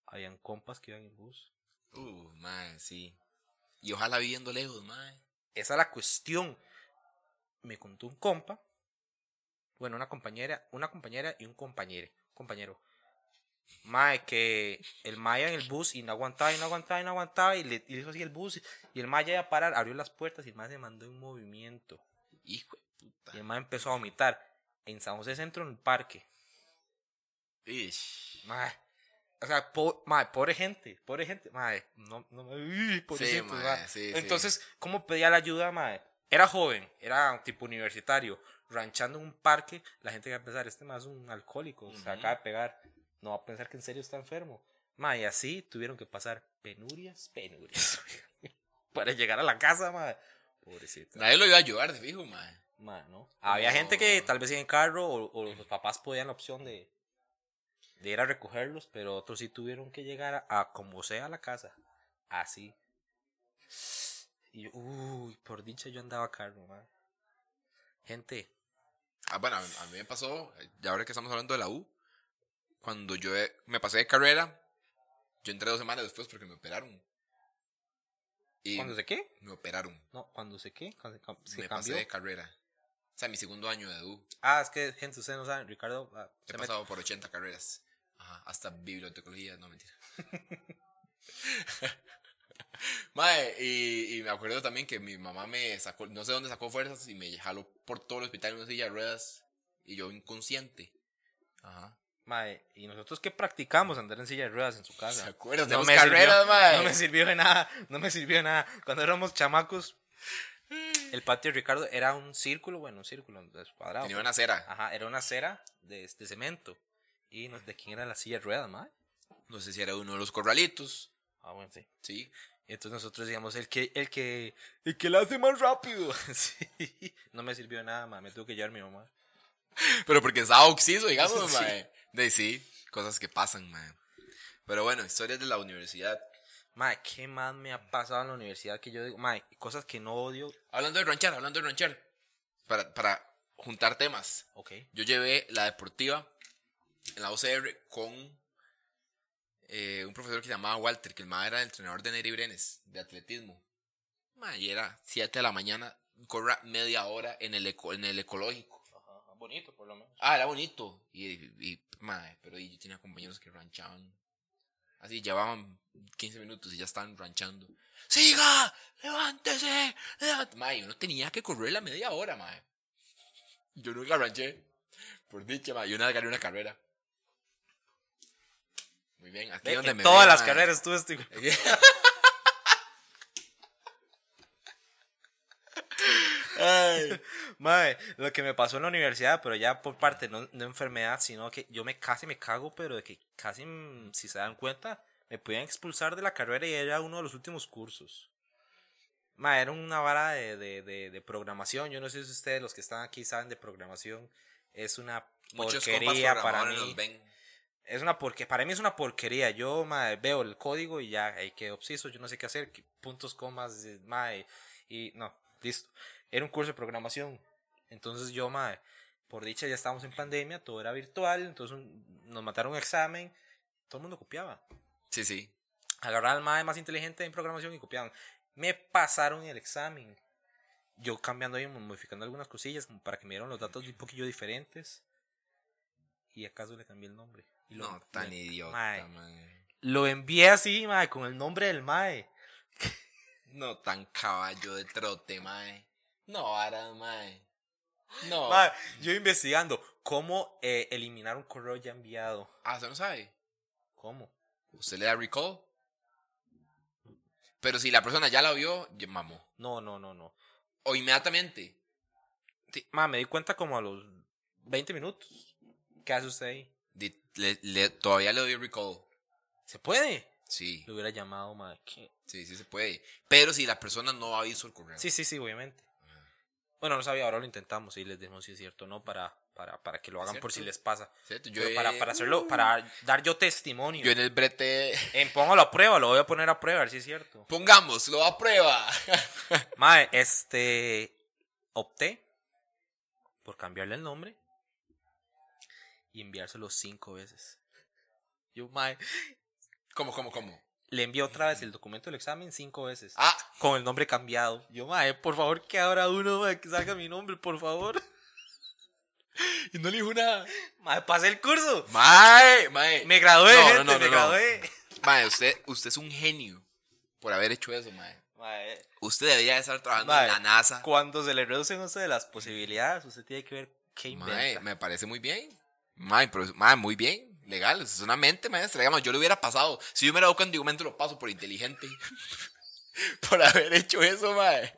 S1: Habían compas que iban en bus.
S2: Uh, mae, sí. Y ojalá viviendo lejos, mae.
S1: Esa es la cuestión. Me contó un compa. Bueno, una compañera, una compañera y un compañero. Compañero. Mae, que el Maya en el bus y no aguantaba y no aguantaba y no aguantaba y le hizo así el bus y el Maya iba a parar, abrió las puertas y el Maya se mandó en movimiento.
S2: Hijo de puta.
S1: Y el Maya empezó a vomitar en San José Centro en el parque.
S2: Ish.
S1: Mae. O sea, po- mae, pobre gente, pobre gente, mae, no, no me... uy, pobrecitos,
S2: mae,
S1: mae.
S2: sí, sí.
S1: Entonces, ¿cómo pedía la ayuda, mae? Era joven, era un tipo universitario, ranchando en un parque, la gente iba a pensar, este mae es un alcohólico, se
S2: Ujú.
S1: acaba de pegar, no va a pensar que en serio está enfermo. Mae, y así tuvieron que pasar penurias, penurias, [LAUGHS] para llegar a la casa, mae. Pobrecito.
S2: Nadie lo iba a ayudar, de fijo, mae.
S1: Mae, ¿no? Había gente que tal vez iba en carro o, o los papás podían la opción de, de ir a recogerlos, pero otros sí tuvieron que llegar a, a como sea a la casa. Así. Y yo, uy, por dicha yo andaba carro, mae. Gente,
S2: Ah, bueno, a a mí me pasó, eh, ya ahora que estamos hablando de la U, cuando yo eh, me pasé de carrera, yo entré dos semanas después porque me operaron. Y
S1: ¿cuándo se qué?
S2: me operaron.
S1: No, ¿cuándo se qué? ¿Cuándo se cam- se
S2: me pasé
S1: cambió?
S2: de carrera. O sea, mi segundo año de U.
S1: Ah, es que, gente, ustedes no saben, Ricardo ah, se
S2: He
S1: mete-
S2: pasado por 80 carreras. Ajá, hasta bibliotecología, no mentira. [LAUGHS] Mae, y, y me acuerdo también que mi mamá me sacó, no sé dónde sacó fuerzas y me jaló por todo el hospital en una silla de ruedas y yo inconsciente. Ajá.
S1: mae, y nosotros que practicamos andar en silla de ruedas en su casa.
S2: ¿Se acuerdan de
S1: no
S2: las
S1: me
S2: carreras,
S1: sirvió,
S2: mae?
S1: No me sirvió de nada, no me sirvió de nada. Cuando éramos chamacos, el patio de Ricardo era un círculo, bueno, un círculo entonces, cuadrado.
S2: Tenía una cera.
S1: Ajá, era una acera de, de cemento. Y no, de quién era la silla de ruedas, mae.
S2: No sé si era uno de los corralitos.
S1: Ah, bueno, sí.
S2: Sí.
S1: Y Entonces nosotros decíamos, el que, el que, el que la hace más rápido. [LAUGHS] Sí. No me sirvió de nada, mae. Me tuvo que llevar mi mamá.
S2: Pero porque estaba oxiso, digamos, [LAUGHS]
S1: Sí.
S2: mae. De sí, cosas que pasan, mae. Pero bueno, historias de la universidad.
S1: Mae, ¿qué más me ha pasado en la universidad que yo digo? Mae, cosas que no odio.
S2: Hablando de ranchar, hablando de ranchar. Para, para juntar temas.
S1: Ok.
S2: Yo llevé la deportiva en la UCR con eh, un profesor que se llamaba Walter, que el más era el entrenador de Neri Brenes, de atletismo. Ma, y era 7 de la mañana, corra media hora en el, eco- en el ecológico.
S1: bonito, por lo menos.
S2: Ah, era bonito. Y, y madre, pero y yo tenía compañeros que ranchaban. Así llevaban 15 minutos y ya estaban ranchando. ¡Siga! ¡Levántese! ¡Levántese! Madre, yo no tenía que correr la media hora, madre. Yo nunca ranché. Por dicha, madre. Yo nada gané una carrera. Muy bien, aquí es donde
S1: en
S2: me
S1: todas
S2: ve,
S1: las
S2: mae.
S1: carreras tú este
S2: Ay.
S1: Mae, lo que me pasó en la universidad, pero ya por parte no, no enfermedad, sino que yo me casi me cago, pero de que casi, mm, si se dan cuenta, me podían expulsar de la carrera y era uno de los últimos cursos. Ma, era una vara de, de, de, de programación. Yo no sé si ustedes, los que están aquí, saben de programación. Es una
S2: Muchos
S1: porquería
S2: compas
S1: para
S2: programadores
S1: mí.
S2: nos ven.
S1: Es una porque para mí es una porquería. Yo mae, veo el código y ya hay que obseso, yo no sé qué hacer, qué- puntos, comas, eh, mae, y no, listo. Era un curso de programación. Entonces yo mae, por dicha ya estábamos en pandemia, todo era virtual, entonces un- nos mataron un examen, todo el mundo copiaba.
S2: Sí, sí.
S1: Agarraban al mae más inteligente en programación y copiaban. Me pasaron el examen. Yo cambiando y modificando algunas cosillas como para que me dieran los datos un poquillo diferentes. Y acaso le cambié el nombre. Y lo-
S2: No, tan
S1: me-
S2: idiota,
S1: Mae.
S2: mae.
S1: lo envié así, mae, con el nombre del mae.
S2: No, tan caballo de trote, mae. No, ahora, mae. No.
S1: Mae, yo investigando cómo eh, eliminar un correo ya enviado.
S2: Ah, ¿usted no sabe?
S1: ¿Cómo?
S2: ¿Usted le da recall? Pero si la persona ya la vio, ya mamó.
S1: No, no, no, no.
S2: O inmediatamente.
S1: Sí, mae, me di cuenta como a los 20 minutos. ¿Qué hace usted ahí?
S2: Di- le- le- todavía le doy recall.
S1: ¿Se puede?
S2: Sí,
S1: Le hubiera llamado, mae. ¿qué?
S2: sí, sí se puede. Pero si la persona no avisó el correo.
S1: Sí, sí, sí, obviamente. Bueno, no sabía, ahora lo intentamos y les decimos si es cierto o no para, para, para que lo hagan por si
S2: ¿Cierto?
S1: les pasa.
S2: ¿Cierto? Yo,
S1: Pero para, para hacerlo, para dar yo testimonio.
S2: yo en el brete. [LAUGHS]
S1: En póngalo a prueba, lo voy a poner a prueba, a ver si es cierto.
S2: Pongamos, lo a prueba.
S1: Mae, este. Opté por cambiarle el nombre y enviárselo cinco veces. Yo, mae,
S2: [LAUGHS] ¿Cómo, cómo, cómo?
S1: le envié otra vez el documento del examen cinco veces.
S2: Ah,
S1: Con el nombre cambiado. Yo, mae, por favor, que abra uno, mae, que salga mi nombre, por favor. [LAUGHS]
S2: y no le dijo nada.
S1: Mae, pasé el curso.
S2: Mae, mae.
S1: Me gradué,
S2: No, no,
S1: gente,
S2: no, no,
S1: me
S2: no.
S1: gradué.
S2: [LAUGHS] Mae, usted, usted es un genio por haber hecho eso, mae.
S1: Mae,
S2: Usted debería estar trabajando
S1: Mae,
S2: en la NASA.
S1: cuando se le reducen a usted las posibilidades, usted tiene que ver qué inventa.
S2: Mae, me parece muy bien. Mae, pero, mae, muy bien. Legal, es una mente maestra. Digamos, yo lo hubiera pasado. Si yo me hubiera dado cuenta, yo me lo paso por inteligente. [LAUGHS] por haber hecho
S1: [LAUGHS]
S2: eso, mae.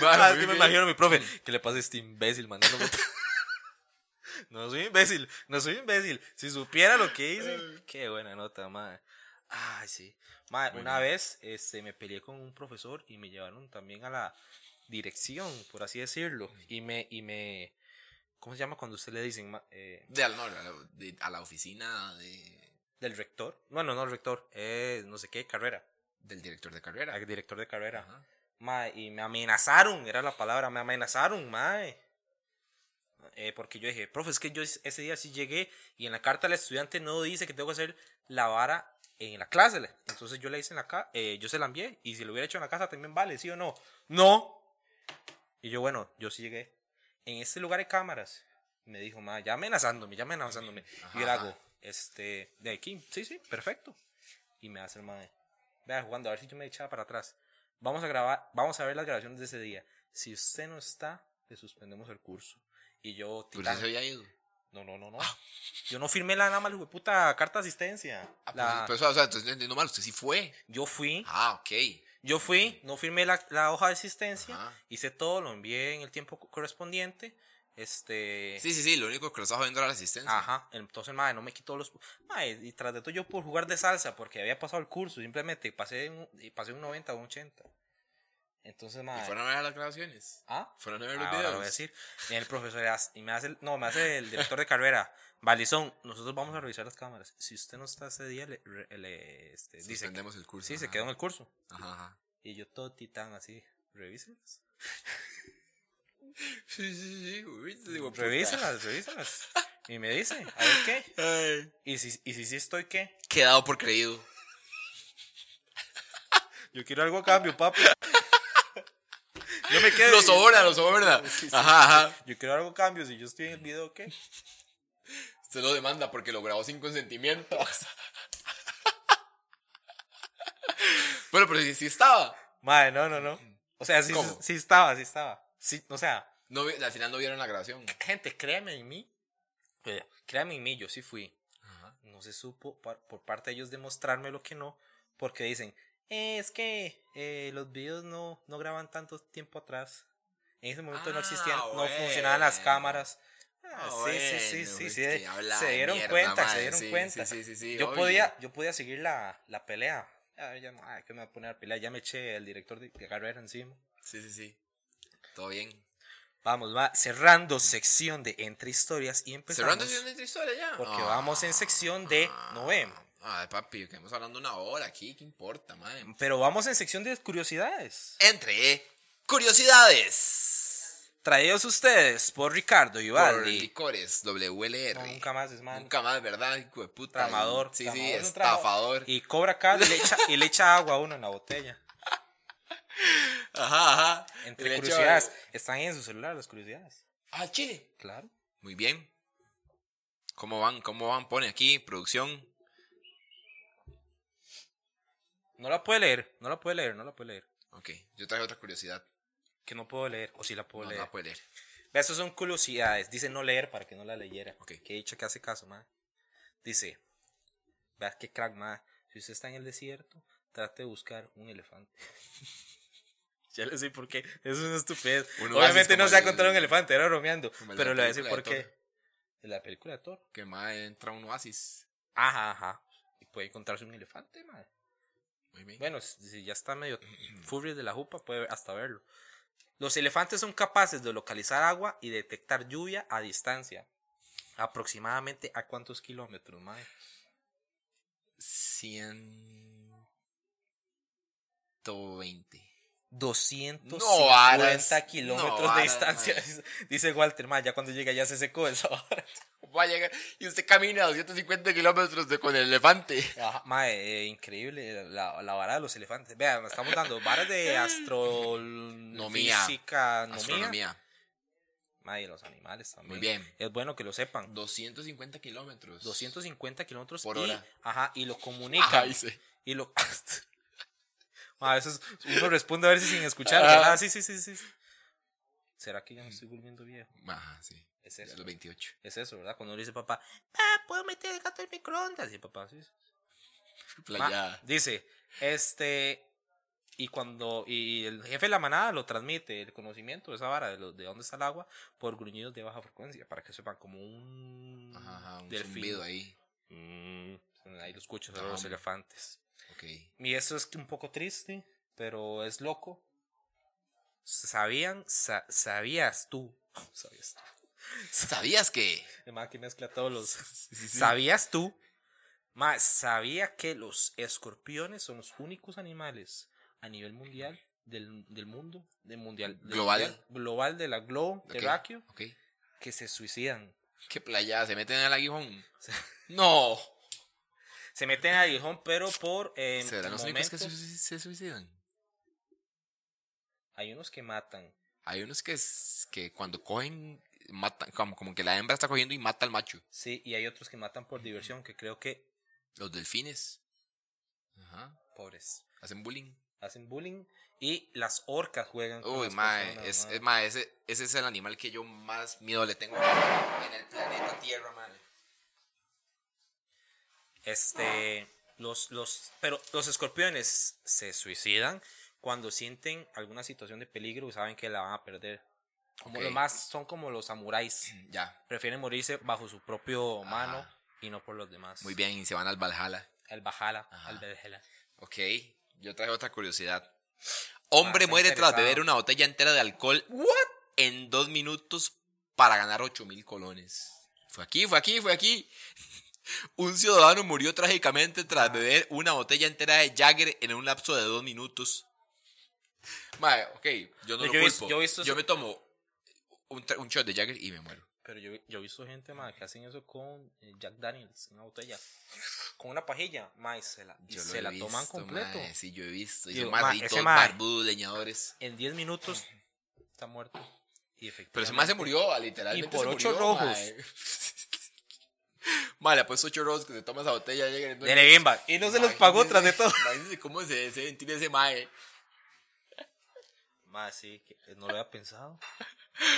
S2: Mae,
S1: Ah, es
S2: muy
S1: que me
S2: bien.
S1: imagino a mi profe. ¿Qué le pasa a este imbécil mandándome? [LAUGHS] no soy imbécil, no soy imbécil. Si supiera lo que hice, qué buena nota, madre. Ay, sí. Madre,
S2: Muy
S1: una
S2: bien.
S1: vez este, me peleé con un profesor y me llevaron también a la dirección, por así decirlo. Y me, y me. ¿Cómo se llama cuando usted le dicen? ma- eh,
S2: De al no, a la, de- a la oficina de-
S1: del rector. Bueno, no el rector, eh, no sé qué, carrera.
S2: del director de carrera.
S1: Al director de carrera.
S2: Ajá.
S1: Mae, y me amenazaron, era la palabra, me amenazaron, mae. Eh, porque yo dije, profe, es que yo es- ese día sí llegué y en la carta al estudiante no dice que tengo que hacer la vara en la clase. le- Entonces yo le hice en la casa, yo se la envié y si lo hubiera hecho en la casa también vale, ¿sí o no? No. Y yo, bueno, yo sí llegué. En este lugar hay cámaras. Me dijo, mae, ya amenazándome, ya amenazándome.
S2: Ajá,
S1: y yo le
S2: ajá.
S1: hago, este, de aquí, sí, sí, perfecto. Y me hace el mae. Vea, jugando, a ver si yo me echaba para atrás. Vamos a grabar, vamos a ver las grabaciones de ese día. Si usted no está, le suspendemos el curso. Y yo,
S2: Pero
S1: titán,
S2: sí Pues Ah. se había ido.
S1: no, no, no, no. Yo no firmé la nada más, puta carta de asistencia.
S2: Ah, pues,
S1: La-
S2: pues, o sea, entonces no entiendo mal, usted sí fue.
S1: yo fui,
S2: Ah, ok.
S1: yo fui, no firmé la, la hoja de asistencia,
S2: Ajá.
S1: hice todo, lo envié en el tiempo co- correspondiente. Este.
S2: Sí, sí, sí, lo único que lo estaba viendo era la asistencia.
S1: Ajá, entonces, madre, no me quitó los. Madre, y tras de todo, yo por jugar de salsa, porque había pasado el curso, simplemente pasé un, y pasé un 90 o un 80. Entonces,
S2: ¿Y
S1: madre.
S2: fueron a ver las grabaciones?
S1: ¿Ah?
S2: ¿Fueron a ver los
S1: Ahora
S2: videos?
S1: lo voy a decir. Y el profesor hace- y me hace, el- no, me hace el director de carrera. Valizón, nosotros vamos a revisar las cámaras. Si usted no está ese día, le, re- le, este, dice, que-
S2: Suspendemos el curso.
S1: sí, se
S2: ajá.
S1: quedó en el curso.
S2: Ajá, ajá.
S1: Y yo todo titán así, revísenlas.
S2: Sí, sí, sí. Uy, te digo, puta.
S1: Revísenlas,
S2: [LAUGHS]
S1: revísenlas. Y me dice, a ver qué.
S2: Ay.
S1: Y si, y si sí estoy, ¿qué?
S2: Quedado por creído.
S1: Yo quiero algo a cambio,
S2: [LAUGHS]
S1: papi. Yo me quedo.
S2: Lo sobra, lo sobra. Ajá, ajá.
S1: Yo quiero algo a cambio. Si yo estoy en el video, ¿qué?
S2: Se lo demanda porque lo grabó sin consentimiento. [LAUGHS] bueno, pero sí, sí estaba.
S1: Madre, no, no, no. O sea, sí,
S2: ¿Cómo?
S1: sí estaba, sí estaba. Sí, o sea,
S2: No, vi- al final no vieron la grabación.
S1: Gente, créanme en mí. Eh, Créanme en mí, yo sí fui.
S2: Ajá.
S1: No se supo par- por parte de ellos demostrarme lo que no, porque dicen, "Eh, es que eh, los videos no, no graban tanto tiempo atrás. En ese momento no
S2: Ah,
S1: existían, no funcionaban las
S2: bueno.
S1: cámaras. Ah,
S2: Ah,
S1: sí, sí, sí,
S2: bueno,
S1: sí,
S2: es
S1: sí, eh.
S2: que habla
S1: Se
S2: de
S1: dieron
S2: mierda,
S1: cuenta, se
S2: madre,
S1: dieron
S2: sí,
S1: cuenta.
S2: sí, sí, sí, sí,
S1: yo,
S2: obvio.
S1: podía, yo podía seguir la, la pelea. Ah, ya no, ay, que me va a poner a pelear. Ya me eché el director de de carrera encima.
S2: Sí, sí, sí. Todo bien.
S1: Vamos, va cerrando sección de entre historias y empezamos.
S2: Cerrando sesión de esta historia ya.
S1: Pues Porque vamos en sección de noveno.
S2: Ah, papi, que hemos hablando una hora aquí, ¿qué importa, madre?
S1: Pero vamos en sección de curiosidades.
S2: Entre curiosidades.
S1: Traídos ustedes por Ricardo
S2: Por
S1: Ibaldi.
S2: licores WLR.
S1: No, nunca más es man.
S2: Nunca más, ¿verdad? Hijo de puta.
S1: Tramador.
S2: Sí, sí,
S1: tramador es un trago.
S2: estafador.
S1: Y cobra acá y le, echa, y le echa agua a uno en la botella.
S2: Ajá, ajá.
S1: Entre
S2: Le echo-
S1: curiosidades. Están ahí en su celular las curiosidades.
S2: Ah, Chile.
S1: Claro.
S2: Muy bien. ¿Cómo van? ¿Cómo van? Pone aquí, producción.
S1: No la puede leer, no la puede leer, no la puede leer.
S2: Ok, yo traje otra curiosidad.
S1: Que no puedo leer, o si la puedo
S2: No, no
S1: leer.
S2: la puede leer.
S1: Vea, Esas son curiosidades. Dice no leer para que no la leyera.
S2: Ok.
S1: Que he dicho que hace caso, ma. Dice, vea qué crack, ma. Si usted está en el desierto, trate de buscar un elefante. [LAUGHS] ya le sé por qué. Es una estupidez.
S2: Uno hace
S1: Obviamente
S2: como
S1: no se ha
S2: el-
S1: encontrado un elefante, era bromeando.
S2: como la
S1: Pero le voy a decir por
S2: película de
S1: qué. De la película de Thor.
S2: Que más entra un oasis.
S1: Ajá, ajá. Y puede encontrarse un elefante, ma.
S2: Muy bien.
S1: Bueno, si si ya está medio furry de la jupa, puede hasta verlo. Los elefantes son capaces de localizar agua y detectar lluvia a distancia. ¿Aproximadamente a cuántos kilómetros, mae?
S2: 120.
S1: 250
S2: varas,
S1: kilómetros
S2: no
S1: de
S2: varas,
S1: distancia.
S2: mae.
S1: Dice Walter, mae, ya cuando llega ya se secó esa hora.
S2: Va a llegar. Y usted camina 250 kilómetros de- con el elefante.
S1: Ajá, [LAUGHS] mae, eh, increíble la, la vara de los elefantes. Vean, estamos dando varas
S2: [LAUGHS]
S1: de astronomía.
S2: Nomía.
S1: Física, nomía.
S2: Astronomía.
S1: Mae, los animales también.
S2: Muy bien.
S1: Es bueno que lo sepan.
S2: 250 kilómetros.
S1: 250 kilómetros
S2: Por
S1: y-
S2: hora.
S1: Ajá,
S2: [LAUGHS]
S1: y lo comunica.
S2: Ajá, dice.
S1: y lo. [LAUGHS] a veces uno responde a veces sin escuchar.
S2: Ajá. Mm.
S1: ¿verdad? sí, sí, sí, sí. sí. ¿Será que ya me estoy volviendo viejo?
S2: Ajá, sí.
S1: Es
S2: Es
S1: eso.
S2: los 28.
S1: Es eso, ¿verdad? Cuando uno dice papá, "Pa, puedo meter el gato en microondas. Y papá, sí. sí. Ma,
S2: Playada.
S1: dice, este. Y cuando. Y el jefe de la manada lo transmite, el conocimiento de esa vara, de, lo- de dónde está el agua, por gruñidos de baja frecuencia, para que sepan como un.
S2: Ajá, ajá, un
S1: delfín.
S2: zumbido ahí.
S1: Mm, ahí lo escucho, solo
S2: Ah,
S1: los
S2: hombre.
S1: elefantes.
S2: Ok.
S1: Y eso es un poco triste, pero es loco. Sabían, sa- sabías tú. [LAUGHS] Sabías tú.
S2: ¿Sabías que?
S1: Además que mezcla todos [LAUGHS] los.
S2: Sí, sí, sí.
S1: Sabías tú. Más sabía que los escorpiones son los únicos animales a nivel mundial del, del mundo, del mundial del
S2: Global.
S1: mundial- global de la globo
S2: Ok,
S1: terráqueo
S2: Ok.
S1: que se suicidan.
S2: ¿Qué playada? ¿Se meten al
S1: [LAUGHS]
S2: aguijón? no.
S1: Se meten al aguijón, pero por eh,
S2: ¿Serán los únicos que se,
S1: momentos-
S2: suici- se suicidan?
S1: hay unos que matan.
S2: Hay unos que, s- que cuando cogen, matan, como, como que la hembra está cogiendo y mata al macho.
S1: Sí, y hay otros que matan por diversión, que creo que,
S2: Los delfines. Ajá.
S1: pobres,
S2: Hacen bullying.
S1: hacen bullying. Y las orcas juegan con
S2: Uy,
S1: las
S2: mae,
S1: personas,
S2: es,
S1: mae.
S2: es- mae, ese, ese es el animal que yo más miedo le tengo en el planeta Tierra, mae. [CLEARS THROAT]
S1: Este, los, los, pero los escorpiones se suicidan cuando sienten alguna situación de peligro y saben que la van a perder. Como
S2: Ok.
S1: lo más, son como los samuráis.
S2: Ya,
S1: Prefieren morirse bajo su propio
S2: Ajá.
S1: mano y no por los demás.
S2: muy bien, y se van al Valhalla.
S1: El Bajala,
S2: Ajá.
S1: el Valhalla.
S2: Ok, yo traje otra curiosidad. Hombre
S1: está
S2: muere tras
S1: interesado.
S2: beber una botella entera de alcohol en dos minutos para ganar ocho mil colones. Fue aquí, fue aquí, fue aquí. [LAUGHS] Un ciudadano murió trágicamente
S1: Ah.
S2: tras beber una botella entera de Jagger en un lapso de dos minutos. Mae, ok, yo
S1: Yo
S2: no lo
S1: he
S2: culpo.
S1: visto- yo he
S2: yo
S1: visto eso-
S2: me tomo un, tra- un shot de Jagger y me muero.
S1: Pero yo, yo he visto gente, mae, que hacen eso con eh, Jack Daniels, una botella. Con una pajilla, mae, se la, y
S2: Yo lo
S1: se
S2: he
S1: la toman
S2: visto,
S1: completo.
S2: mae, sí, yo he visto. Y
S1: Digo,
S2: son
S1: mae,
S2: malditos,
S1: ese mae.
S2: barbudos, leñadores.
S1: En 10 minutos está muerto. Y
S2: Pero ese más se
S1: efectivamente-
S2: murió, ah, literalmente.
S1: Y por
S2: se
S1: ocho
S2: murió,
S1: rojos.
S2: mae. [LAUGHS] Mae, le ha puesto ocho rojos que se toma esa botella. Llega en dos
S1: Dele
S2: minutos.
S1: bimba. Y no se los pagó tras de
S2: [LAUGHS]
S1: todo.
S2: Imagínense cómo se se sentir ese mae.
S1: Mae, sí, que eh, no lo había pensado.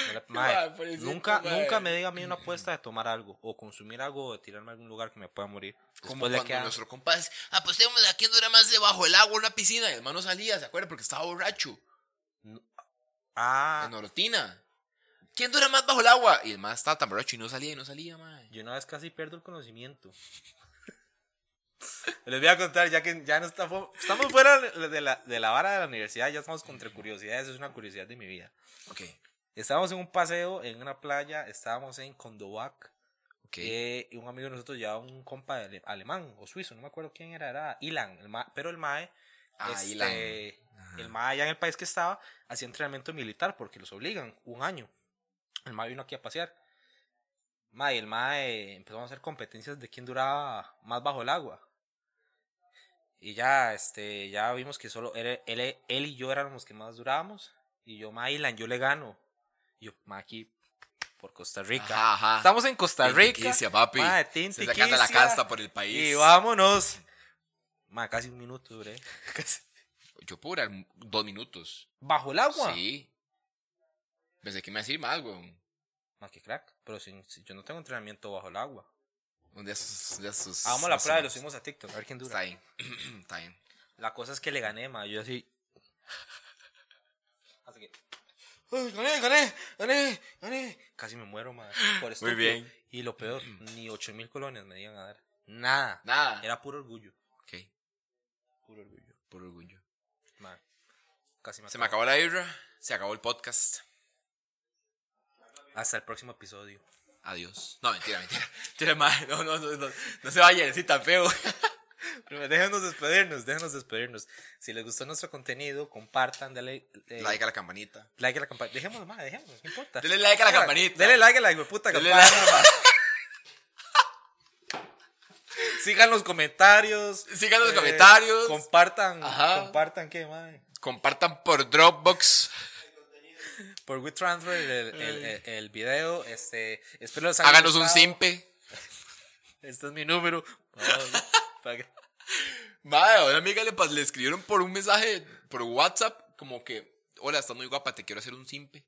S1: No
S2: [LAUGHS]
S1: la- mae,
S2: Mae, pobrecito,
S1: nunca,
S2: mae.
S1: nunca me diga a mí una apuesta de tomar algo o consumir algo o de tirarme a algún lugar que me pueda morir. Después ah, le
S2: Como cuando
S1: queda-
S2: nuestro compa dice, "Ah, pues apostemos a quién dura más debajo del agua en una piscina. Y el hermano salía, ¿se acuerda? Porque estaba borracho.
S1: Ah,
S2: En Orotina. ¿Quién dura más bajo el agua? Y el mae estaba tan borracho y no salía y no salía, mae.
S1: yo una vez casi pierdo el conocimiento. [LAUGHS] Les voy a contar, ya que ya no estamos, estamos fuera de la, de la vara de la universidad, ya estamos contra curiosidades, es una curiosidad de mi vida.
S2: Ok,
S1: Estábamos en un paseo, en una playa, estábamos en Condovac,
S2: ok.
S1: que un amigo de nosotros llevaba un compa de ale- alemán o suizo, no me acuerdo quién era, era Ilan, el ma- pero el mae,
S2: Ah,
S1: este,
S2: Ilan. Ajá.
S1: el mae allá en el país que estaba, hacía entrenamiento militar porque los obligan, un año. El mae vino aquí a pasear. Mae, el mae empezó a hacer competencias de quién duraba más bajo el agua. Y ya, este, ya vimos que solo él, él- él y yo éramos los que más durábamos. Y yo, mae, Ilan, yo le gano. Y yo, mae, aquí por Costa Rica.
S2: Ajá, ajá.
S1: Estamos en Costa Rica.
S2: Tintiquicia, papi.
S1: Ma,
S2: Se sacata la
S1: tintiquicia.
S2: casta por el país.
S1: Y vámonos. Ma, casi un minuto duré. [LAUGHS] Casi.
S2: Yo puedo durar dos minutos.
S1: Bajo el agua.
S2: Sí. Pensé que me iba a decir más, weón.
S1: Ma, qué crack. Pero si, si yo no tengo entrenamiento bajo el agua.
S2: Un día sus. un día sus-
S1: Hagamos la
S2: sus-
S1: prueba y lo subimos a TikTok. A ver quién dura.
S2: Está bien. [CLEARS THROAT] Está bien.
S1: La cosa es que le gané, ma. Yo así. [LAUGHS] Así que. "Ay, gané, gané, gané, gané. Casi me muero, ma. Por estúpido.
S2: bien.
S1: Y lo [CLEARS THROAT] peor, ni 8000 mil colones me iban a dar. Nada.
S2: Nada.
S1: Era puro orgullo.
S2: Ok,
S1: Puro orgullo.
S2: por orgullo.
S1: Ma. Casi me
S2: Se me acabó la ira. Se acabó el podcast.
S1: Hasta el próximo episodio.
S2: Adiós. No, mentira, mentira. [LAUGHS] Mentira, madre. No, no, no, no, no se vayan, sí, tan feo.
S1: Pero Déjenos despedirnos, déjenos despedirnos. Si les gustó nuestro contenido, compartan, dale eh,
S2: [LAUGHS] Like a la campanita.
S1: like a la campanita. Dejémoslo más, dejémoslo, no importa.
S2: Dele like a la campanita.
S1: Dale like a la puta
S2: Dele
S1: campana. [LAUGHS] Sigan los comentarios. Eh,
S2: Sigan los comentarios.
S1: Compartan,
S2: Ajá.
S1: compartan qué, madre.
S2: Compartan por Dropbox.
S1: Por WeTransfer el, el, el- el video. Este, espero les haya
S2: Háganos un
S1: gustado.
S2: simpe.
S1: Este es mi número. [LAUGHS] Ay, para que-
S2: Madre, a una amiga le, pas- le escribieron por un mensaje, por WhatsApp, como que, hola, estás muy guapa, te quiero hacer un simpe.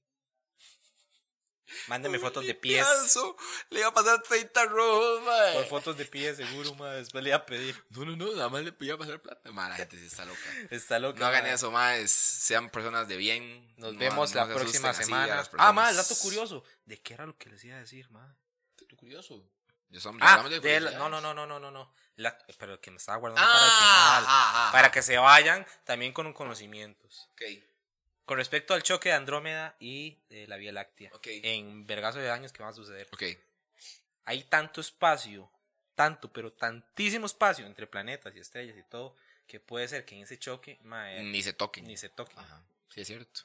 S1: Mándenme fotos de pies.
S2: Pienso, le iba a pasar 30 rojos, madre.
S1: Por fotos de pies, seguro, madre. Después le iba a pedir.
S2: No, no, no, nada más le iba a pasar plata. Madre, la gente sí está loca.
S1: Está loco.
S2: No hagan eso, madre. Sean personas de bien.
S1: Nos
S2: No-
S1: vemos
S2: no
S1: la
S2: se asusten
S1: próxima
S2: así a
S1: semana.
S2: las
S1: Ah, más,
S2: personas.
S1: dato curioso. ¿De qué era lo que les iba a decir, ma?
S2: Estoy curioso. Yo som- yo
S1: Ah,
S2: hablamos de
S1: de la-
S2: curiosidades.
S1: no, no, no, no, no, no, no. La- pero que me estaba guardando para el
S2: Ah,
S1: final.
S2: ah, ah,
S1: Para que se vayan también con conocimientos.
S2: ok.
S1: Con respecto al choque de Andrómeda y de la Vía Láctea.
S2: Ok.
S1: En vergazo de años que van a suceder.
S2: Ok.
S1: Hay tanto espacio, tanto, pero tantísimo espacio entre planetas y estrellas y todo, que puede ser que en ese choque, ma, eh,
S2: Ni se toquen.
S1: ni se toquen.
S2: Ajá. Sí, es cierto.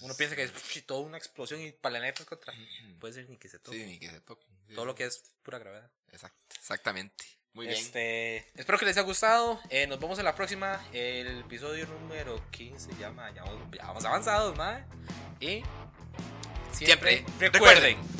S1: Uno piensa que es pf, toda una explosión y planetas contra.
S2: Pues,
S1: Puede ser ni que se toquen.
S2: Sí, ni que se toquen. Mm. Sí,
S1: Todo lo que es pura gravedad.
S2: Exact- exactamente. Muy bien.
S1: Este, espero que les haya gustado. Eh, nos vemos en la próxima. El episodio número 15 ya, ma, ya vamos- ya vamos avanzados, madre. Y
S2: Siempre,
S1: recuerden.
S2: recuerden